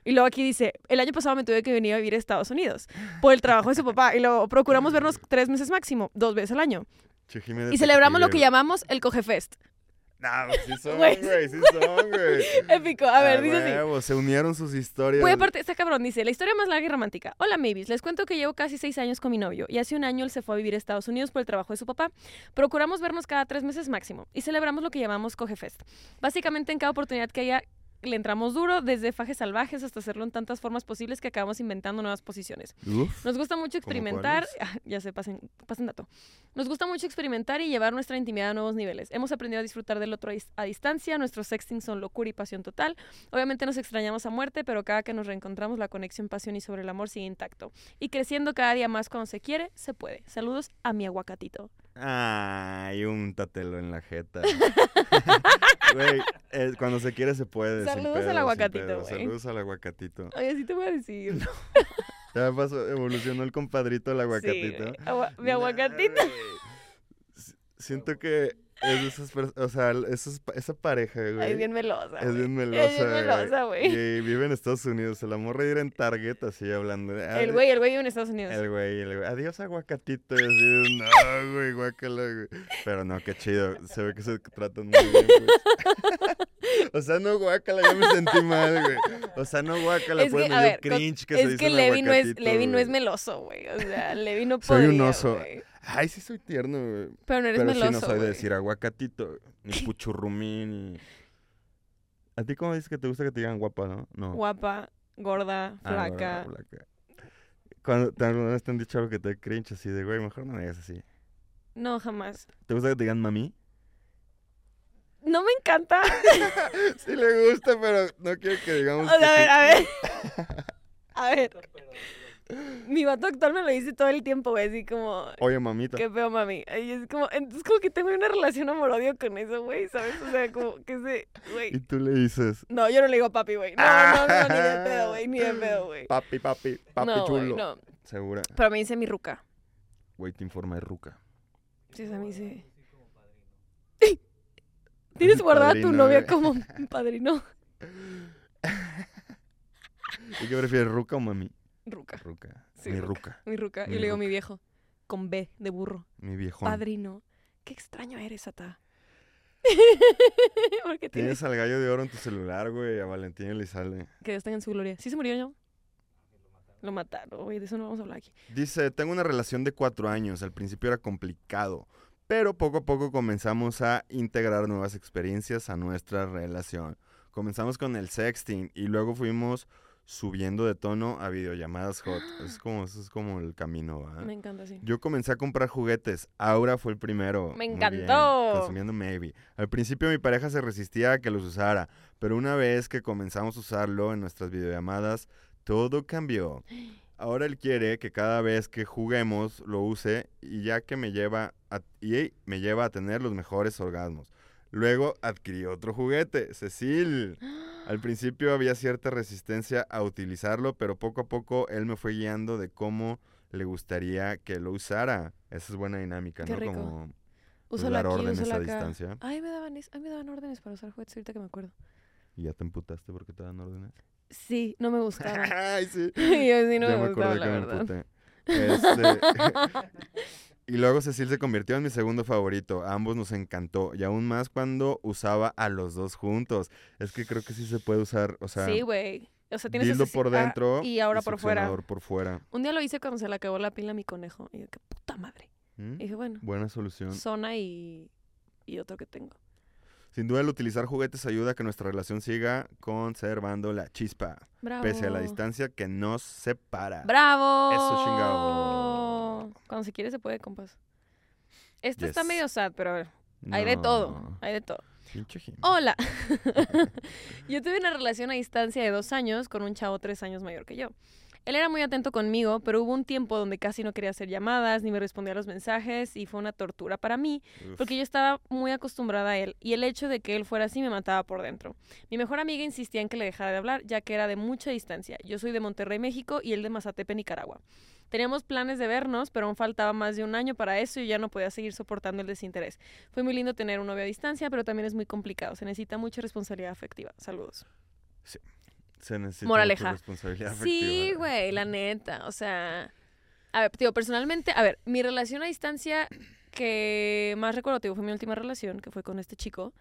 Y luego aquí dice, el año pasado me tuve que venir a vivir a Estados Unidos por el trabajo de su papá. Y luego procuramos vernos tres meses máximo, dos veces al año. Che, Jimena Y celebramos lo que detective, llamamos el Cogefest. güey. No, pues sí son, Güey, güey. Sí son, güey. Épico. A ver, dice así. huevo, Se unieron sus historias. Pues aparte, está cabrón, dice, la historia más larga y romántica. Hola, Mavis, les cuento que llevo casi seis años con mi novio y hace un año él se fue a vivir a Estados Unidos por el trabajo de su papá. Procuramos vernos cada tres meses máximo y celebramos lo que llamamos Cogefest. Básicamente, en cada oportunidad que haya, le entramos duro, desde fajes salvajes hasta hacerlo en tantas formas posibles que acabamos inventando nuevas posiciones. Uf. Nos gusta mucho ¿Cómo cuáles? experimentar, Ah, ya se pasen, pasen dato. Nos gusta mucho experimentar y llevar nuestra intimidad a nuevos niveles. Hemos aprendido a disfrutar del otro a dis- a distancia, nuestros sextings son locura y pasión total. Obviamente nos extrañamos a muerte, pero cada que nos reencontramos la conexión, pasión y sobre el amor sigue intacto. Y creciendo cada día más cuando se quiere, se puede. Saludos a mi aguacatito. Ay, un tatelo en la jeta. Güey, eh, cuando se quiere se puede. sin Saludos al pedo, sin aguacatito, pedo. güey. Saludos al aguacatito. Oye, así te voy a decir. Ya pasó, evolucionó el compadrito al Sí, aguacatito. güey. Agua- mi Nah, aguacatito. güey. Si- Siento que es de esas personas, o sea, esas pa- esa pareja, güey. Es bien melosa. es güey. bien Es bien melosa, melosa, güey. güey. Y vive en Estados Unidos. Se la morra ir en Target así hablando. "Ah, El güey, el güey vive en Estados Unidos. El güey, el güey, adiós aguacatito. Y así, no, güey, guácala, güey. Pero no, qué chido. Se ve que se tratan muy bien, pues. O sea, no guácala, ya me sentí mal, güey. O sea, no guácala, Es pues que, me a dio ver, con- cringe que se es dice que un Levi no es, aguacatito, Levi no güey. es meloso, güey. O sea, Levi no Soy podría, un oso. güey. Ay, sí soy tierno, güey. Pero no eres Pero meloso, sí no soy de güey. decir aguacatito, ni puchurrumín, ni... ¿A ti cómo dices que te gusta que te digan guapa, no? No. Guapa, gorda, Ah, gorda, flaca. flaca. Cuando te, alguna vez te han dicho algo que te dé cringe así de, güey, mejor no me digas así. No, jamás. ¿Te gusta que te digan mami? No me encanta. Sí le gusta, pero no quiero que digamos O sea, a ver, a ver. A ver. Mi vato actual me lo dice todo el tiempo, güey. Así como, Oye, mamita. qué feo, mami. Y es como, entonces como que tengo una relación amor-odio con eso, güey, ¿sabes? O sea, como que se, Y güey. tú le dices, No, yo no le digo papi, güey. No, no, no, ni de pedo, güey, ni de pedo, güey. papi, papi, papi no, güey, chulo. no, Segura. pero me dice mi ruca. Güey, te informa de ruca. Sí, o sea, me dice. ¿Tienes guardada a tu Padrino, eh. novia güey. como un padrino? ¿Y qué prefieres, ruca o mami? Ruca, Ruca. Sí, mi ruca. ruca. mi ruca. Mi y le digo ruca. mi viejo, con B de burro. Mi viejón. Padrino. Qué extraño eres, Ata. Porque tienes... Tienes al gallo de oro en tu celular, güey, a Valentín Elizalde. Que Dios tenga en su gloria. ¿Sí se murió yo? Lo mataron, güey. De eso no vamos a hablar aquí. Dice, tengo una relación de cuatro años, al principio era complicado, pero poco a poco comenzamos a integrar nuevas experiencias a nuestra relación. Comenzamos con el sexting y luego fuimos subiendo de tono a videollamadas hot. Es como, eso es como el camino, ¿va? Me encanta, sí. Yo comencé a comprar juguetes. Aura fue el primero. Me Muy bien, encantó. Consumiendo Maybe. Al principio mi pareja se resistía a que los usara, pero una vez que comenzamos a usarlo en nuestras videollamadas, todo cambió. Ahora él quiere que cada vez que juguemos lo use y ya que me lleva a, y me lleva a tener los mejores orgasmos. Luego adquirí otro juguete, Cecil. Al principio había cierta resistencia a utilizarlo, pero poco a poco él me fue guiando de cómo le gustaría que lo usara. Esa es buena dinámica, Qué ¿no? rico. Como Úsalo dar aquí, órdenes úsalo a acá. distancia. Ay me, daban es- ay, me daban órdenes para usar juguetes ahorita que me acuerdo. ¿Y ya te emputaste porque te dan órdenes? Sí, no me gustaba. Ay, sí. Yo sí no ya me acordé gustaba, la que me verdad. emputé. Este, y luego Cecil se convirtió en mi segundo favorito. A ambos nos encantó. Y aún más cuando usaba a los dos juntos. Es que creo que sí se puede usar, o sea, sí, güey. O sea, tienes dildo ese- por ah, dentro y ahora por fuera. succionador por fuera. Un día lo hice cuando se le acabó la pila a mi conejo. Y yo, qué puta madre. ¿Mm? Y dije, bueno, Buena solución. zona y, y otro que tengo. Sin duda el utilizar juguetes ayuda a que nuestra relación siga conservando la chispa, Bravo. pese a la distancia que nos separa. ¡Bravo! Eso, chingao. Cuando se quiere se puede, compas. Este está Yes. medio sad, pero hay de No, todo. Oh, Hay de todo. pinche Jimena. Hola. yo tuve una relación a distancia de dos años con un chavo tres años mayor que yo. Él era muy atento conmigo, pero hubo un tiempo donde casi no quería hacer llamadas ni me respondía a los mensajes y fue una tortura para mí Uf. porque yo estaba muy acostumbrada a él y el hecho de que él fuera así me mataba por dentro. Mi mejor amiga insistía en que le dejara de hablar ya que era de mucha distancia. Yo soy de Monterrey, México y él de Mazatepe, Nicaragua. Teníamos planes de vernos, pero aún faltaba más de un año para eso y yo ya no podía seguir soportando el desinterés. Fue muy lindo tener un novio a distancia, pero también es muy complicado. Se necesita mucha responsabilidad afectiva. Saludos. Se necesita Moraleja. mucha responsabilidad Sí, afectiva. Ah, güey, la neta. O sea, a ver, tío, personalmente, a ver, mi relación a distancia que más recuerdo, tío, fue mi última relación, que fue con este chico,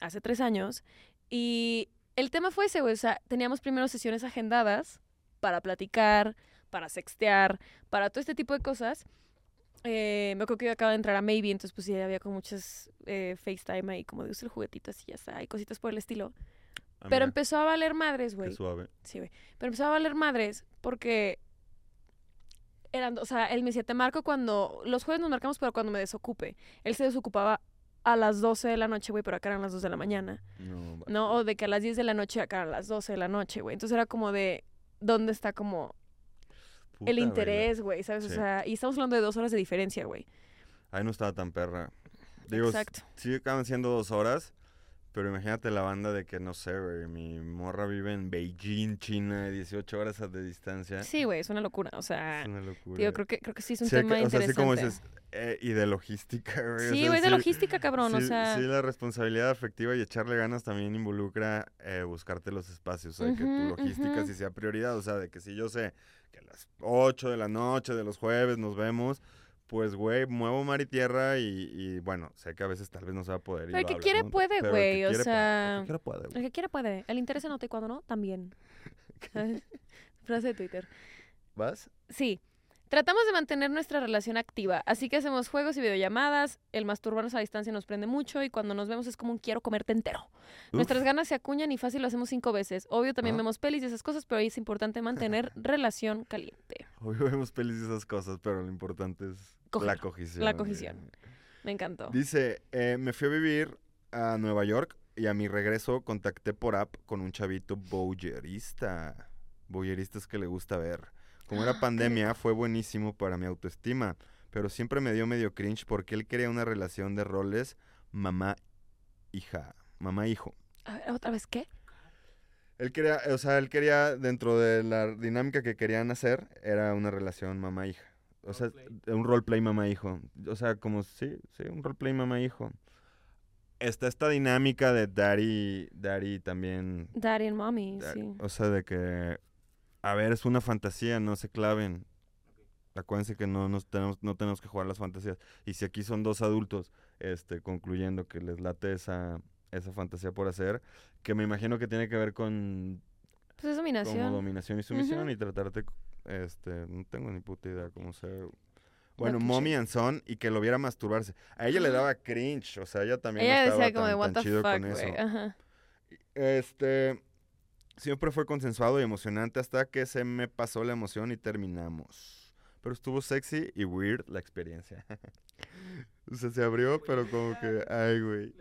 hace tres años. Y el tema fue ese, güey. O sea, teníamos primero sesiones agendadas para platicar, para sextear, para todo este tipo de cosas. Eh, me acuerdo que yo acababa de entrar a Maybe, entonces pues ya había con muchas eh, FaceTime ahí, como de usa el juguetito, así ya está, y cositas por el estilo. Ah, mira, Pero empezó a valer madres, qué güey. suave. Sí, güey. Pero empezaba a valer madres porque eran, o sea, él me decía, te marco cuando, los jueves nos marcamos, pero cuando me desocupe. Él se desocupaba a las 12 de la noche, güey, pero acá eran las 2 de la mañana, No, va- ¿no? O de que a las 10 de la noche, acá eran las 12 de la noche, güey. Entonces era como de, ¿dónde está como puta, güey, el la- interés, güey? ¿Sabes? O Sí. sea, y estamos hablando de dos horas de diferencia, güey. Ahí no estaba tan perra. Digo, s- Exacto. sí acaban siendo dos horas, pero imagínate la banda de que, no sé, güey, mi morra vive en Beijing, China, 18 horas de distancia. Sí, güey, es una locura. O sea, ¿eh? Es una locura. yo creo que, creo que sí es un Sí, tema que- o sea, así interesante. como dices, eh, y de logística, güey. o sí, sea, güey, es de logística, cabrón. o sí- sea, sí, la responsabilidad afectiva y echarle ganas también involucra eh, buscarte los espacios, o sea, que tu Ujú, logística ujú. sí sea prioridad, o sea, de que si yo sé que a las 8 de la noche de los jueves nos vemos, pues, güey, muevo mar y tierra y, y, bueno, sé que a veces tal vez no se va a poder. y Pero el lo que hablo, quiere ¿no? puede, Pero el que güey, o quiere puede, sea, el que quiere puede, El güey. que quiera puede. El interés se nota y cuando no, también. ¿Sabes? Frase de Twitter. ¿Vas? Sí. Tratamos de mantener nuestra relación activa, así que hacemos juegos y videollamadas. El masturbarnos a distancia nos prende mucho y cuando nos vemos es como un quiero comerte entero. Nuestras Uf, ganas se acuñan y fácil lo hacemos cinco veces. Obvio Ah. también vemos pelis y esas cosas, pero ahí es importante mantener relación caliente. Obvio vemos pelis y esas cosas, pero lo importante es la Coger, cogición. la güey. cogición. Me encantó. Dice, eh, me fui a vivir a Nueva York y a mi regreso contacté por app con un chavito boyerista. Boyerista es que le gusta ver. Como Ah, era qué pandemia, fue buenísimo para mi autoestima, pero siempre me dio medio cringe porque él quería una relación de roles mamá-hija, mamá-hijo. A ver, otra vez, ¿qué? Él quería, o sea, él quería, dentro de la dinámica que querían hacer, era una relación mamá-hija. O sea, un roleplay mamá-hijo. O sea, como, sí, sí, un roleplay mamá-hijo. Está esta dinámica de Daddy, Daddy también. Daddy and mommy, da- sí. O sea, de que, a ver, es una fantasía, no se claven. Acuérdense que no, nos tenemos, no tenemos que jugar las fantasías. Y si aquí son dos adultos, este, concluyendo que les late esa, esa fantasía por hacer, que me imagino que tiene que ver con Pues es como dominación. dominación y sumisión Ujú. y tratarte, co- este, no tengo ni puta idea cómo se... Bueno, pinche- mommy and son y que lo viera masturbarse. A ella le daba cringe, o sea, ella también no Ella estaba decía como tan, de what tan the chido fuck, con eso. güey. Ajá. Este, siempre fue consensuado y emocionante hasta que se me pasó la emoción y terminamos. Pero estuvo sexy y weird la experiencia. o sea, se abrió, pero como que, ay, güey.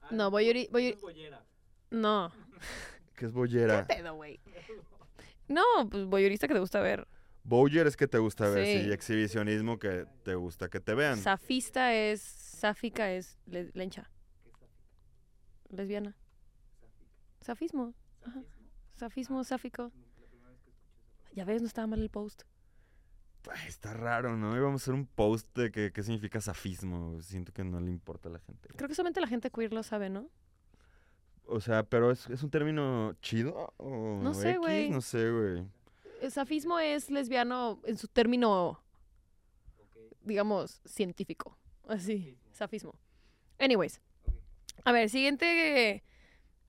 Ah, No, voy a... Voy No. ¿Qué es ¿Qué bollera? pedo, güey? No, pues voyeurista que te gusta ver. Bowyer es que te gusta ver, sí. Sí. y exhibicionismo que te gusta que te vean. Safista es... Sáfica es le- lencha. Lesbiana. Safismo. ajá. Safismo, sáfico. Ya ves, no estaba mal el post. Ay, está raro, ¿no? Íbamos a hacer un post de que- qué significa safismo. Siento que no le importa a la gente. Creo que solamente la gente queer lo sabe, ¿no? O sea, pero es, es un término chido o No sé, X? güey. No sé, güey. El safismo es lesbiano en su término, digamos, científico. Así, safismo. Anyways. A ver, siguiente.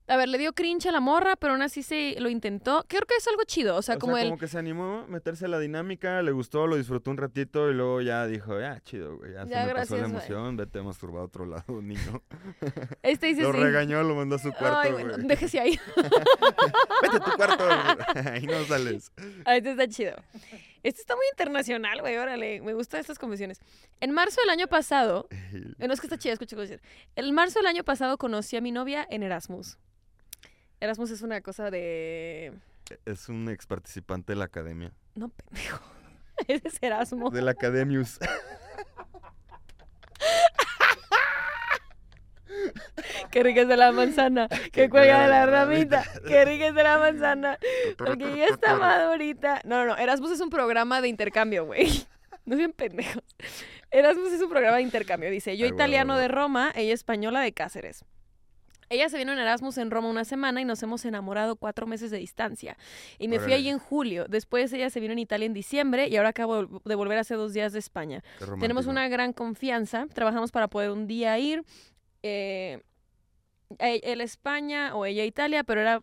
A ver, le dio cringe a la morra, pero aún así se lo intentó. Creo que es algo chido. O sea, como el. que se animó a meterse a la dinámica, le gustó, lo disfrutó un ratito y luego ya dijo, ah, chido, güey, ya, se Ya, me pasó la gracias, güey. emoción, vete a masturbar a otro lado, niño. Este dice lo sí. regañó, lo mandó a su cuarto, Ay, güey. bueno, déjese ahí. Vete a tu cuarto, ahí no sales. Ah, Este está chido. Este está muy internacional, güey. Órale, me gustan estas convenciones. En marzo del año pasado. Eh, No es que está chida, escucha, escucha. El marzo del año pasado conocí a mi novia en Erasmus. Erasmus es una cosa de. Es un ex participante de la academia. No, pendejo. Ese es Erasmus. De la Academius. Qué rica es de la manzana. Que cuelga de la ramita. Qué rica es de la manzana. Porque ya está madurita. No, no, no. Erasmus es un programa de intercambio, güey. No sean pendejos. Erasmus es un programa de intercambio. Dice, yo Ay, bueno, italiano bueno. de Roma, ella española de Cáceres. Ella se vino en Erasmus en Roma una semana y nos hemos enamorado cuatro meses de distancia. Y me fui Órale. allí en julio. Después ella se vino en Italia en diciembre y ahora acabo de volver hace dos días de España. Qué romántico. Tenemos una gran confianza. Trabajamos para poder un día ir. eh, e- él a España o ella a Italia, pero, era,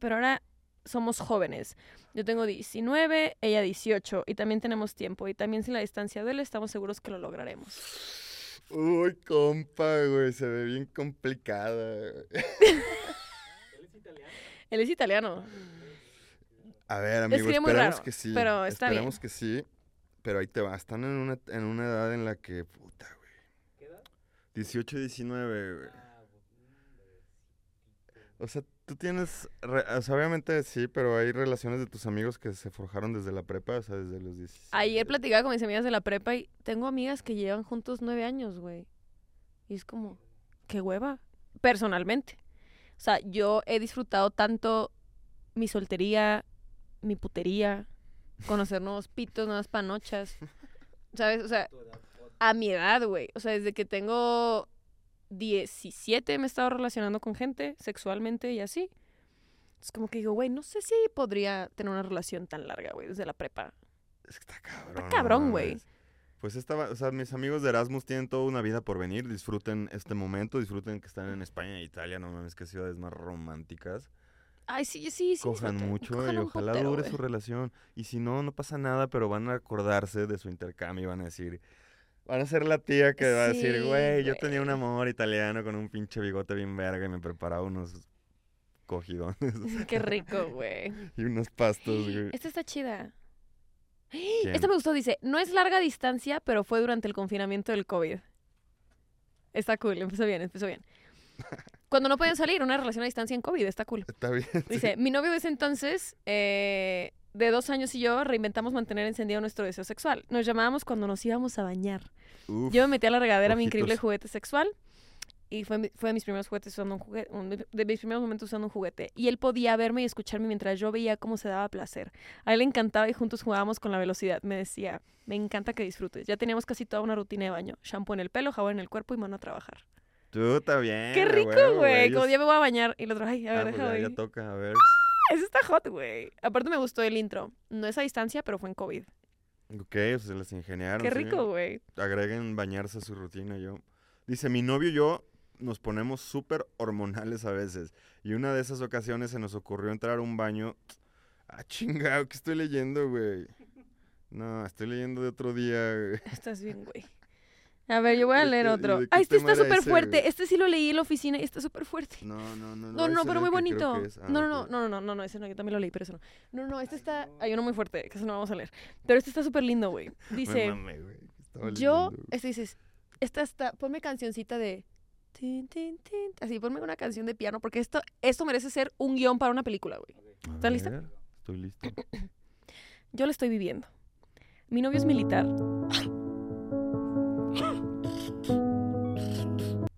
pero ahora somos jóvenes. Yo tengo 19, ella 18 y también tenemos tiempo. Y también sin la distancia de él estamos seguros que lo lograremos. Uy, compa, güey, se ve bien complicada. güey. Él es italiano. A ver, amigo, Escribe muy esperamos raro, que sí. pero está bien. esperamos que sí. Pero ahí te va. Están en una, en una edad en la que, puta, güey. ¿Qué edad? 18, 19, güey. O sea, tú tienes, re- o sea, obviamente sí, pero hay relaciones de tus amigos que se forjaron desde la prepa, o sea, desde los 17. Ayer platicaba con mis amigas de la prepa y tengo amigas que llevan juntos nueve años, güey. Y es como, qué hueva, personalmente. O sea, yo he disfrutado tanto mi soltería, mi putería, conocer nuevos pitos, nuevas panochas. ¿Sabes? O sea, a mi edad, güey. O sea, desde que tengo 17 me he estado relacionando con gente sexualmente y así. Es como que digo, güey, no sé si podría tener una relación tan larga, güey, desde la prepa. Es que está cabrón. no cabrón, güey. mames. Pues estaba, o sea, mis amigos de Erasmus tienen toda una vida por venir, disfruten este momento, disfruten que están en España e Italia, no mames, qué ciudades más románticas. Ay, sí, sí, sí. cojan espérate, mucho cojan y un ojalá putero, dure güey. su relación. Y si no, no pasa nada, pero van a acordarse de su intercambio y van a decir. Van a ser la tía que va a decir, Sí, güey, yo tenía un güey. amor italiano con un pinche bigote bien verga y me preparaba unos cogidones Qué rico, güey. y unos pastos, güey. Esta está chida. ¿Quién? Esta me gustó, dice, no es larga distancia, pero fue durante el confinamiento del COVID. Está cool, empezó bien, empezó bien. Cuando no podían salir, una relación a distancia en COVID, está cool. Está bien. Dice, mi novio de ese entonces, eh, de dos años y yo, reinventamos mantener encendido nuestro deseo sexual. Nos llamábamos cuando nos íbamos a bañar. Uf, Yo me metí a la regadera mi ojitos. increíble juguete sexual y fue, mi- fue de mis primeros juguetes usando un juguete, un de- de mis primeros momentos usando un juguete. Y él podía verme y escucharme mientras yo veía cómo se daba placer. A él le encantaba y juntos jugábamos con la velocidad. Me decía, me encanta que disfrutes. Ya teníamos casi toda una rutina de baño. Shampoo en el pelo, jabón en el cuerpo y mano a trabajar. Tú está bien. ¡Qué a rico, huevo, güey! ellos- Como ya me voy a bañar. Y el otro, ay, a Ah, ver, pues déjame ya, ya ir". toca, a ver. Eso está hot, güey. Aparte me gustó el intro. No es a distancia, pero fue en COVID. Ok, o sea, se las ingeniaron. ¡Qué sí. rico, güey! agreguen bañarse a su rutina. Yo dice mi novio y yo nos ponemos súper hormonales a veces y una de esas ocasiones se nos ocurrió entrar a un baño. Ah, chingado, ¿qué estoy leyendo, güey? No, estoy leyendo de otro día. güey. Estás bien, güey. A ver, yo voy ¿De a leer qué- otro. de qué Ah, este tema está era súper ese, fuerte. güey? Este sí lo leí en la oficina y está súper fuerte. No, no, no. No, no, pero muy bonito. ah, no, no, no. no, no, no, no, no, ese no, yo también lo leí, pero ese no. No, no, este está, hay uno muy fuerte, que ese no vamos a leer. Pero este está súper lindo, güey. Dice, yo, este dices, esta está, ponme cancioncita de... tin, tin, tin, Así, ponme una canción de piano, porque esto, esto merece ser un guión para una película, güey. ¿Estás lista? Estoy listo. Yo lo estoy viviendo. Mi novio es militar.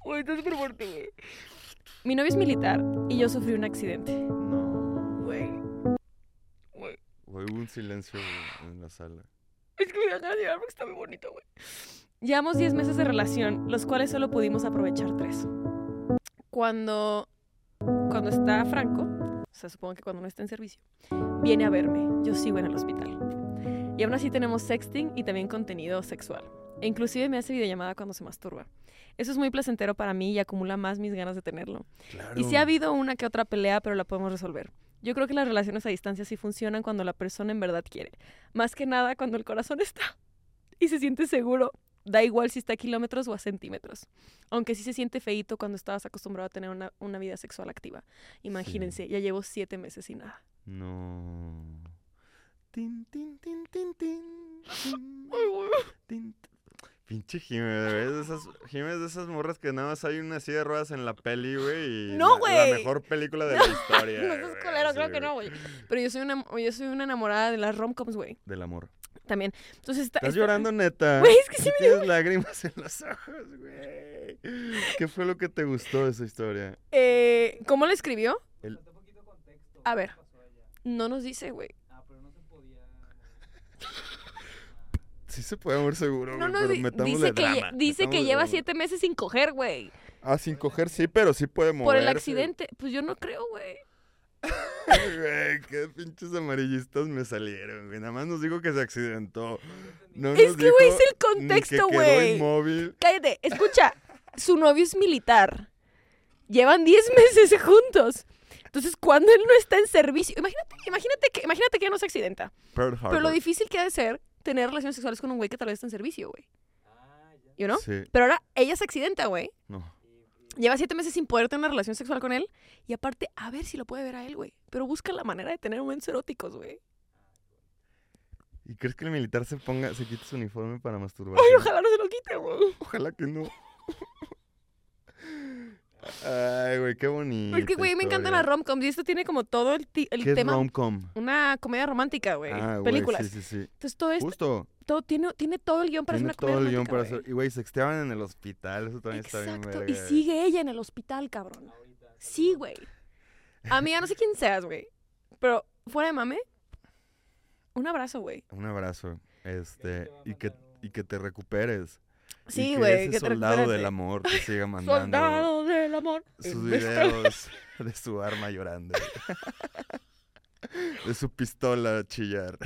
Güey, está súper fuerte, güey. Mi novio es militar y yo sufrí un accidente. No. Güey. Güey, hubo un silencio güey, en la sala. Es que me dan ganas de llorar porque está muy bonito, güey. Llevamos 10 meses de relación, los cuales solo pudimos aprovechar tres. Cuando, cuando está Franco, o sea, supongo que cuando no está en servicio, viene a verme. Yo sigo en el hospital. Y aún así tenemos sexting y también contenido sexual. E inclusive me hace videollamada cuando se masturba. Eso es muy placentero para mí y acumula más mis ganas de tenerlo. Claro. Y sí ha habido una que otra pelea, pero la podemos resolver. Yo creo que las relaciones a distancia sí funcionan cuando la persona en verdad quiere. Más que nada cuando el corazón está y se siente seguro. Da igual si está a kilómetros o a centímetros. Aunque sí se siente feíto cuando estabas acostumbrado a tener una, una vida sexual activa. Imagínense, ya llevo siete meses sin nada. No. Tin, tin, tin, tin, tin. tin, tin, t- Pinche Jiménez, güey, es de esas, Jiménez de esas morras que nada más hay una silla de ruedas en la peli, güey. y No, la- La güey. mejor película de la historia. No seas güey, culero, así, creo güey, que no, güey. Pero yo soy una, yo soy una enamorada de las romcoms, güey. Del amor. También. Entonces está- Estás está- llorando, neta. Güey, es que sí me Tienes lágrimas en los ojos, güey. ¿Qué fue lo que te gustó de esa historia? Eh, ¿Cómo la escribió? El- A ver. No nos dice, güey. Sí se puede amor seguro, No güey, nos pero di- metámosle dice que, lle- drama. dice que metámosle lleva drama. siete meses sin coger, güey. Ah, sin coger sí, pero sí puede moverse. Por el accidente. Pues yo no creo, güey. Güey, qué pinches amarillistas me salieron, güey. Nada más nos dijo que se accidentó. No Es nos que, güey, dijo es el ni que quedó contexto, güey. inmóvil. Cállate, escucha. Su novio es militar. Llevan 10 meses juntos. Entonces, cuando él no está en servicio, imagínate, imagínate que, imagínate que ya no se accidenta. Pearl Pero lo Harbor. difícil que ha de ser tener relaciones sexuales con un güey que tal vez está en servicio, güey. ¿You know? Sí, Pero ahora ella se accidenta, güey. no. Lleva siete meses sin poder tener una relación sexual con él. Y aparte, a ver si lo puede ver a él, güey. Pero busca la manera de tener momentos eróticos, güey. ¿Y crees que el militar se ponga, se quite su uniforme para masturbarse? Ay, ojalá no se lo quite, güey. Ojalá que no. Ay, güey, qué bonito. Porque, güey, me encantan las romcoms. Y esto tiene como todo el, ti- el ¿Qué es tema. rom-com? una comedia romántica, güey. Ah, güey, películas. sí, sí, sí. Entonces todo esto, Justo. todo tiene, tiene todo el guión para Tiene hacer una todo el comedia guión para romántica. hacer. Y, güey, sexteaban en el hospital. Eso güey. también está bien, Exacto. verga, Y güey. sigue ella en el hospital, cabrón. Sí, güey. Amiga, no sé quién seas, güey. Pero fuera de mame, un abrazo, güey. Un abrazo. Este, y que, y que te recuperes. Y Sí, que güey. ese Que te soldado recuperes, del güey. amor te siga mandando Soldado del amor. sus Invest- videos de su arma llorando. De su pistola chillar.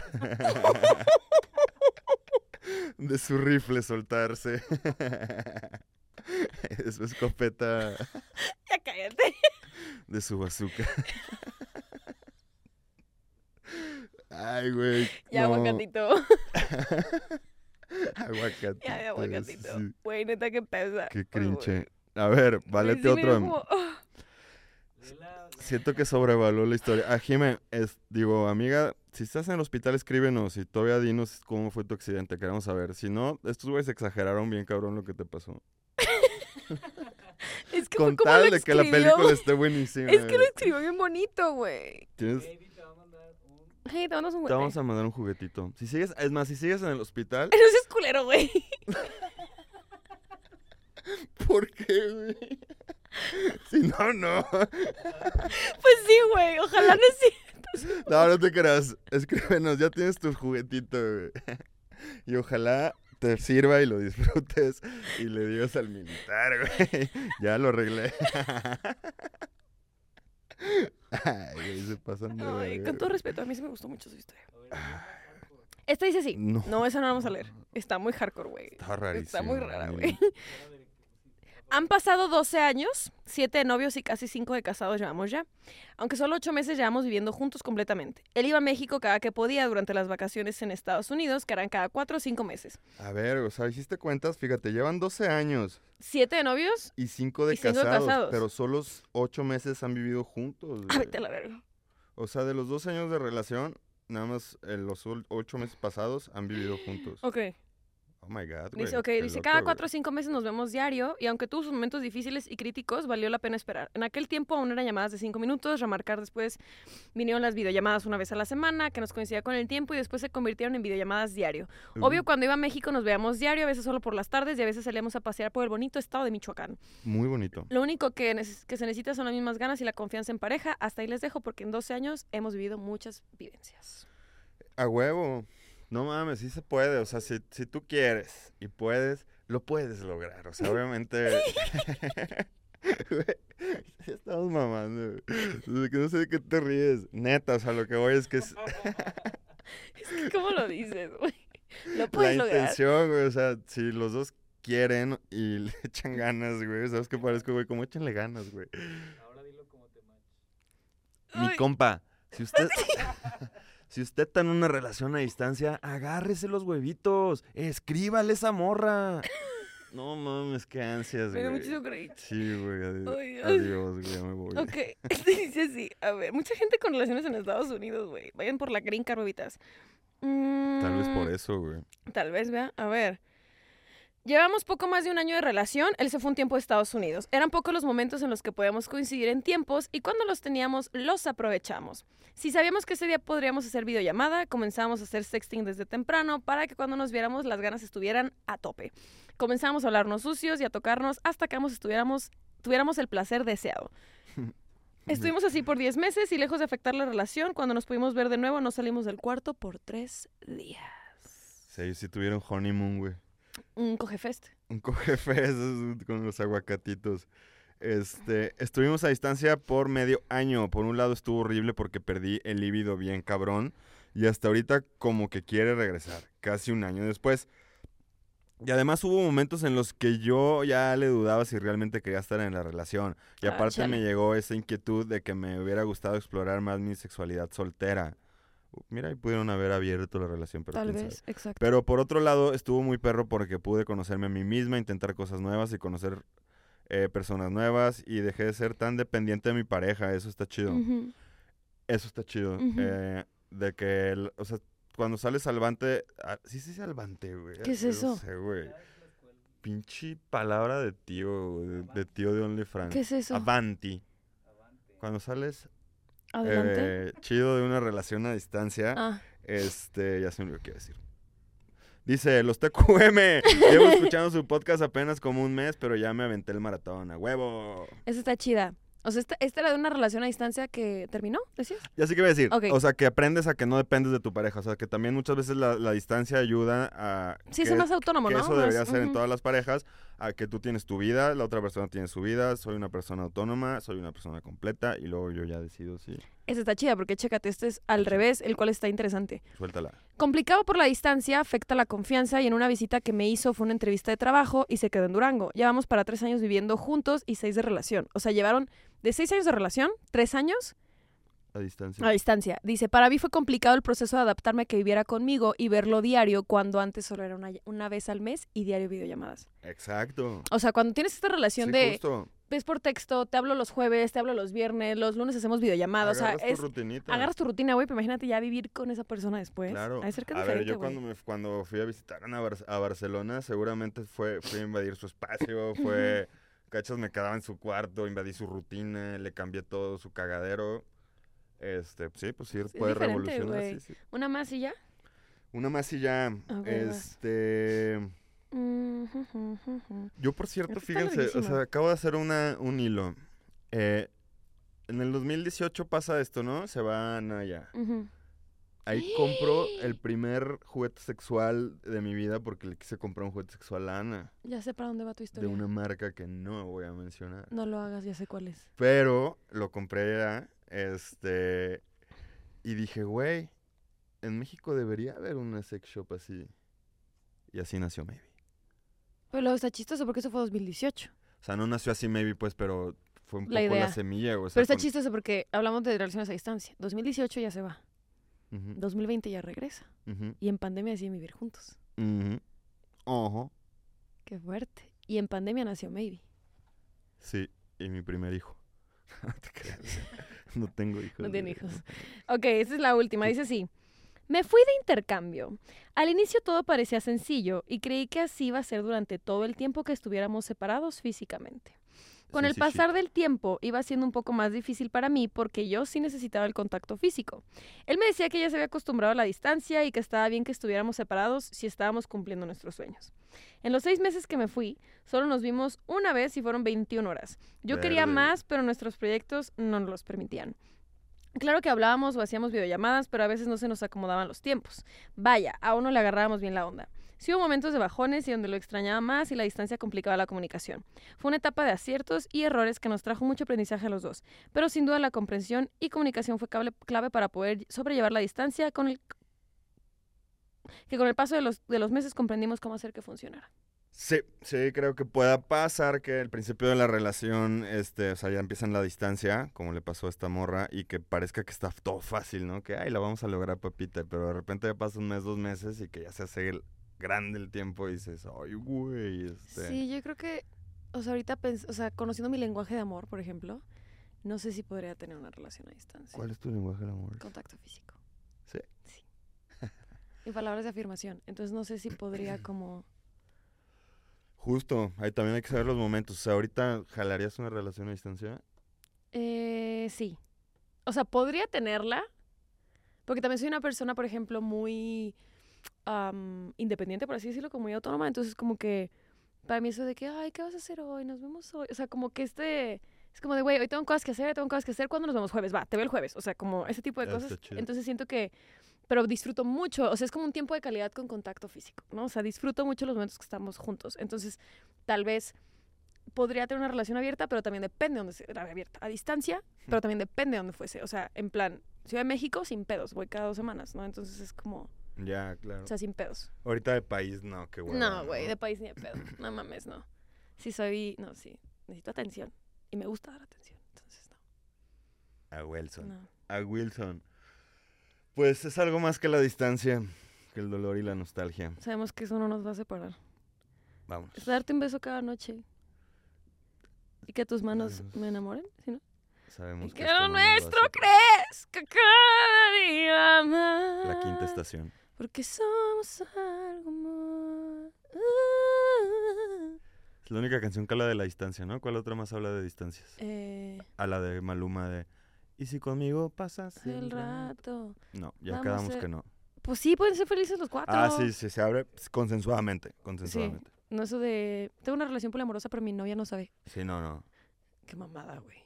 De su rifle soltarse. De su escopeta, Ya cállate. de su bazooka. Ay, güey. Ya, no. aguacatito. Aguacatito. Ya, de aguacatito. sí. Güey, neta, que pesa. Qué Ay, güey. cringe. A ver, Sí, valete me otro. dio como, ah. Siento que sobrevaló la historia. Ah, Jime, es, digo, amiga, si estás en el hospital, escríbenos y todavía dinos cómo fue tu accidente. Queremos saber. Si no, estos güeyes exageraron bien, cabrón, lo que te pasó. Es que Con fue como lo tal de que la escribió, película güey. esté buenísima. Es que lo güey. escribió bien bonito, güey. Tienes- Hey, te mandas un Te juguete. vamos a mandar un juguetito. Si sigues, es más, si sigues en el hospital, No seas culero, güey. ¿por qué, güey? Si no, no. Pues sí, güey. Ojalá no sí. No, no te creas. Escríbenos, ya tienes tu juguetito, güey. Y ojalá te sirva y lo disfrutes y le digas al militar, güey. Ya lo arreglé. Ay, güey, se pasan de Ay, verga, con todo güey. respeto, a mí sí me gustó mucho su historia. Esta dice así. No, No, esa no la vamos a leer. Está muy hardcore, güey. está rarísimo. ¿eh? Está muy rara, güey. güey. Han pasado 12 años, 7 de novios y casi 5 de casados llevamos ya. Aunque solo 8 meses llevamos viviendo juntos completamente. Él iba a México cada que podía durante las vacaciones en Estados Unidos, que eran cada 4 o 5 meses. A ver, o sea, hiciste cuentas, fíjate, llevan 12 años 7 de novios. y 5 de, Y cinco de casados, casados. pero solo 8 meses han vivido juntos. Ah, güey. vete a la verga. O sea, de los 12 años de relación, nada más eh, los 8 meses pasados han vivido juntos. Ok. Oh my god, güey. Dice, ok, qué dice, loco, cada güey. cuatro o cinco meses nos vemos diario y aunque tuvo sus momentos difíciles y críticos, valió la pena esperar. En aquel tiempo aún eran llamadas de cinco minutos, remarcar después vinieron las videollamadas una vez a la semana, que nos coincidía con el tiempo y después se convirtieron en videollamadas diario. Uh, Obvio, cuando iba a México nos veíamos diario, a veces solo por las tardes y a veces salíamos a pasear por el bonito estado de Michoacán. Muy bonito. Lo único que, neces- que se necesita son las mismas ganas y la confianza en pareja. Hasta ahí les dejo porque en 12 años hemos vivido muchas vivencias. A huevo. No mames, sí se puede. O sea, si, si tú quieres y puedes, lo puedes lograr. O sea, obviamente. Güey, Estamos mamando. güey. O sea, que No sé de qué te ríes. Neta, o sea, lo que voy es que es Es que, ¿Cómo lo dices, güey? Lo la puedes lograr. intención, güey. O sea, si los dos quieren y le echan ganas, güey. ¿Sabes qué parezco, güey? Como échenle ganas, güey. Mi Ay. compa, si usted, si usted está en una relación a distancia, agárrese los huevitos, escríbale esa morra. No mames, qué ansias, Me da muchísimo güey. cringe. Sí, güey, adi- Ay, Dios. adiós, güey, ya me voy. Ok, dice así. A ver, mucha gente con relaciones en Estados Unidos, güey. Vayan por la green card, bebitas. Mm, Tal vez por eso, güey. Tal vez, vea. A ver. Llevamos poco más de un año de relación. Él se fue un tiempo a Estados Unidos. Eran pocos los momentos en los que podíamos coincidir en tiempos y cuando los teníamos, los aprovechamos. Si sabíamos que ese día podríamos hacer videollamada, comenzábamos a hacer sexting desde temprano para que cuando nos viéramos las ganas estuvieran a tope. Comenzábamos a hablarnos sucios y a tocarnos hasta que ambos estuviéramos, tuviéramos el placer deseado. Estuvimos así por 10 meses y lejos de afectar la relación, cuando nos pudimos ver de nuevo, no salimos del cuarto por 3 días. Si ellos sí tuvieron honeymoon, güey. Un cogefest. Un cojefe con los aguacatitos. Este, estuvimos a distancia por medio año. Por un lado estuvo horrible porque perdí el líbido bien cabrón. Y hasta ahorita como que quiere regresar, casi un año después. Y además hubo momentos en los que yo ya le dudaba si realmente quería estar en la relación. Y Ah, aparte chale. me llegó esa inquietud de que me hubiera gustado explorar más mi sexualidad soltera. Mira, y pudieron haber abierto la relación, pero Tal quién sabe. vez, exacto. Pero por otro lado, estuvo muy perro porque pude conocerme a mí misma, intentar cosas nuevas y conocer eh, personas nuevas y dejé de ser tan dependiente de mi pareja. Eso está chido. Ujú. Eso está chido. Ujú. Eh, de que, el- o sea, cuando sales salvante... ah, sí, sí, salvante, güey. ¿Qué es Yo eso? sé, güey. Pinche palabra de tío, güey, de, de tío de OnlyFans. ¿Qué es eso? Avanti. Cuando sales Adelante. eh, chido de una relación a distancia, ah, este, ya se me olvidó qué decir. Dice, los TQM. Llevo escuchando su podcast apenas como un mes, pero ya me aventé el maratón a huevo. esa está chida. O sea, esta, esta era de una relación a distancia que terminó, decías. Ya sé qué voy a decir. Ok. O sea, que aprendes a que no dependes de tu pareja. O sea, que también muchas veces la, la distancia ayuda a. Sí, que, es más autónomo, que ¿no? eso Más- debería ser en ujú. todas las parejas. A que tú tienes tu vida, la otra persona tiene su vida. Soy una persona autónoma, soy una persona completa. Y luego yo ya decido, sí, Esa está chida, porque chécate, este es al revés, el cual está interesante. suéltala. Complicado por la distancia, afecta la confianza y en una visita que me hizo fue una entrevista de trabajo y se quedó en Durango. Llevamos para tres años viviendo juntos y seis de relación. O sea, llevaron de seis años de relación, tres años A distancia. a distancia. Dice, para mí fue complicado el proceso de adaptarme a que viviera conmigo y verlo diario cuando antes solo era una, una vez al mes y diario videollamadas. Exacto. O sea, cuando tienes esta Sí, relación de justo. ves por texto, te hablo los jueves, te hablo los viernes, los lunes hacemos videollamadas, o Agarras sea, tu es rutinita. agarras tu rutina, güey, pero imagínate ya vivir con esa persona después. Claro. Ha pues, de ser que es a ver, diferente, yo güey. cuando, me, cuando fui a visitar a, Bar- a Barcelona, seguramente fue, fui a invadir su espacio, fue... Cachas me quedaba en su cuarto, invadí su rutina, le cambié todo su cagadero. Este, sí, pues sí, es puede diferente, revolucionar. güey. sí, sí. Una más y ya. Una más y ya. A ver, vas. Este... Mm, ju, ju, ju, ju. Yo, por cierto, Está fíjense, o sea, larguísima. acabo de hacer una, un hilo. Eh, en el 2018 pasa esto, ¿no? Se van allá. Ujú. Ahí compro el primer juguete sexual de mi vida porque le quise comprar un juguete sexual a Ana Ya sé para dónde va tu de historia. una marca que no voy a mencionar. No lo hagas, ya sé cuál es. Pero lo compré ya, este, y dije, güey, en México debería haber una sex shop así. Y así nació Maybe. Pero luego está chistoso porque eso fue 2018. O sea, no nació así, maybe, pues, pero fue un La poco la idea. semilla, güey. o sea, Pero está con- chistoso porque hablamos de relaciones a distancia. 2018 ya se va. Ujú, 2020 ya regresa. ujú, Y en pandemia deciden vivir juntos. ujú. Ojo. Qué fuerte. Y en pandemia nació Maybe. Sí, y mi primer hijo. no te creas. No tengo hijos. No tiene güey. hijos. Ok, esta es la última. Dice así. Me fui de intercambio. Al inicio todo parecía sencillo y creí que así iba a ser durante todo el tiempo que estuviéramos separados físicamente. Con Sí, el sí, sí. pasar del tiempo iba siendo un poco más difícil para mí porque yo sí necesitaba el contacto físico. Él me decía que ya se había acostumbrado a la distancia y que estaba bien que estuviéramos separados si estábamos cumpliendo nuestros sueños. En los seis meses que me fui, solo nos vimos una vez y fueron 21 horas. Yo quería Verde. más, pero nuestros proyectos no nos los permitían. Claro que hablábamos o hacíamos videollamadas, pero a veces no se nos acomodaban los tiempos. Vaya, aún no le agarrábamos bien la onda. Sí hubo momentos de bajones y donde lo extrañaba más y la distancia complicaba la comunicación. Fue una etapa de aciertos y errores que nos trajo mucho aprendizaje a los dos, pero sin duda la comprensión y comunicación fue cable- clave para poder sobrellevar la distancia con el que con el paso de los, de los meses comprendimos cómo hacer que funcionara. Sí, sí, creo que pueda pasar que al principio de la relación, este, o sea, ya empiezan la distancia, como le pasó a esta morra, y que parezca que está todo fácil, ¿no? Que, ay, la vamos a lograr, papita, pero de repente ya pasa un mes, dos meses, y que ya se hace el- grande el tiempo y dices, ay, güey, este... yo creo que, o sea, ahorita, o sea, conociendo mi lenguaje de amor, por ejemplo, no sé si podría tener una relación a distancia. ¿Cuál es tu lenguaje del amor? Contacto físico. Sí. Sí. Y palabras de afirmación. Entonces no sé si podría como... Justo, ahí también hay que saber los momentos. O sea, ahorita, ¿jalarías una relación a distancia? Eh, sí. O sea, podría tenerla. Porque también soy una persona, por ejemplo, muy am, independiente, por así decirlo, como muy autónoma. Entonces como que para mí eso de que, ay, ¿qué vas a hacer hoy? Nos vemos hoy. O sea, como que este... Es como de, güey, hoy tengo cosas que hacer, tengo cosas que hacer. ¿Cuándo nos vemos? Jueves, va, te veo el jueves. O sea, como ese tipo de Ah, cosas. está chido. Entonces siento que... Pero disfruto mucho, o sea, es como un tiempo de calidad con contacto físico, ¿no? O sea, disfruto mucho los momentos que estamos juntos. Entonces, tal vez podría tener una relación abierta, pero también depende de dónde se la abierta. A distancia, pero también depende de dónde fuese. O sea, en plan, Ciudad de México sin pedos, voy cada dos semanas, ¿no? Entonces es como, Ya, claro. o sea, sin pedos. ahorita de país, no, qué bueno. no, güey, de país ni de pedo. No mames, no. Si soy, no, sí, necesito atención. Y me gusta dar atención. Entonces, A no. Wilson. no. a Wilson. Pues es algo más que la distancia, que el dolor y la nostalgia. Sabemos que eso no nos va a separar. Vamos. Es darte un beso cada noche. Y que tus manos Dios. me enamoren, ¿sí, no? Sabemos Que esto lo no nos va a nuestro separar. crezca cada día más. La quinta estación. Porque somos algo más. Ah. Es la única canción que habla de la distancia, ¿no? ¿Cuál otra más habla de distancias? Eh, A la de Maluma de ¿Y si conmigo pasas el rato? rato. No, ya Vamos quedamos a- que no. Pues sí, pueden ser felices los cuatro. Ah, sí, sí, se abre pues, consensuadamente, Sí. consensuadamente. No, eso de. Tengo una relación poliamorosa, pero mi novia no sabe. Sí, no, no. Qué mamada, güey.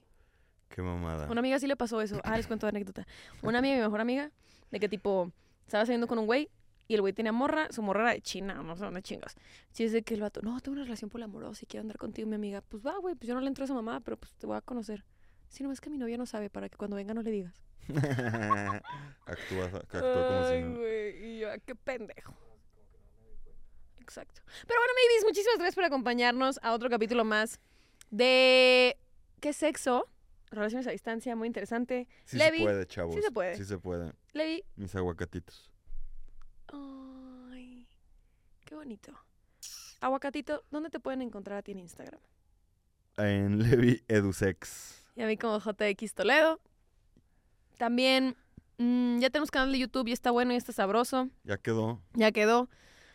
Qué mamada. Una amiga sí le pasó eso. Ah, les cuento la anécdota. Una amiga, mi mejor amiga, de que tipo, estaba saliendo con un güey y el güey tenía morra, su morra era de China, no sé dónde chingas. Si es de que el vato, no, tengo una relación poliamorosa y quiero andar contigo, mi amiga, pues va, güey, pues yo no le entro a esa mamá, pero pues te voy a conocer. Si no es que mi novia no sabe, para que cuando venga no le digas. actúa, actúa como si Ay, no. güey, y yo, ah, qué pendejo. Exacto. Pero bueno, Mavis, muchísimas gracias por acompañarnos a otro capítulo más de ¿Qué sexo? Relaciones a distancia, muy interesante. Sí Levi, se puede, chavos. se puede. Sí se puede. Levi, Mis aguacatitos. Ay, qué bonito. Aguacatito, ¿dónde te pueden encontrar a ti en Instagram? En Levi Edusex. Y a mí como JX Toledo. También mm, ya tenemos canal de YouTube, ya está bueno, ya está sabroso, Ya quedó. ya quedó.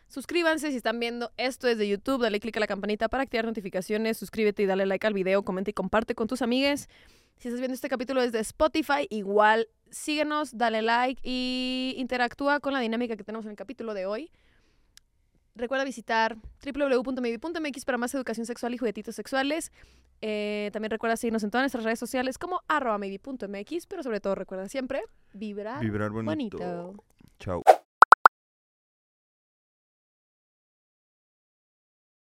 Suscríbanse si están viendo esto desde YouTube, dale click a la campanita para activar notificaciones, suscríbete y dale like al video, comenta y comparte con tus amigues. Si estás viendo este capítulo desde Spotify, igual síguenos, dale like y interactúa con la dinámica que tenemos en el capítulo de hoy. Recuerda visitar www.maybe.mx para más educación sexual y juguetitos sexuales. Eh, también recuerda seguirnos en todas nuestras redes sociales como arroba maybe.mx, pero sobre todo recuerda siempre vibrar Vibrar bonito. Ah, bonito.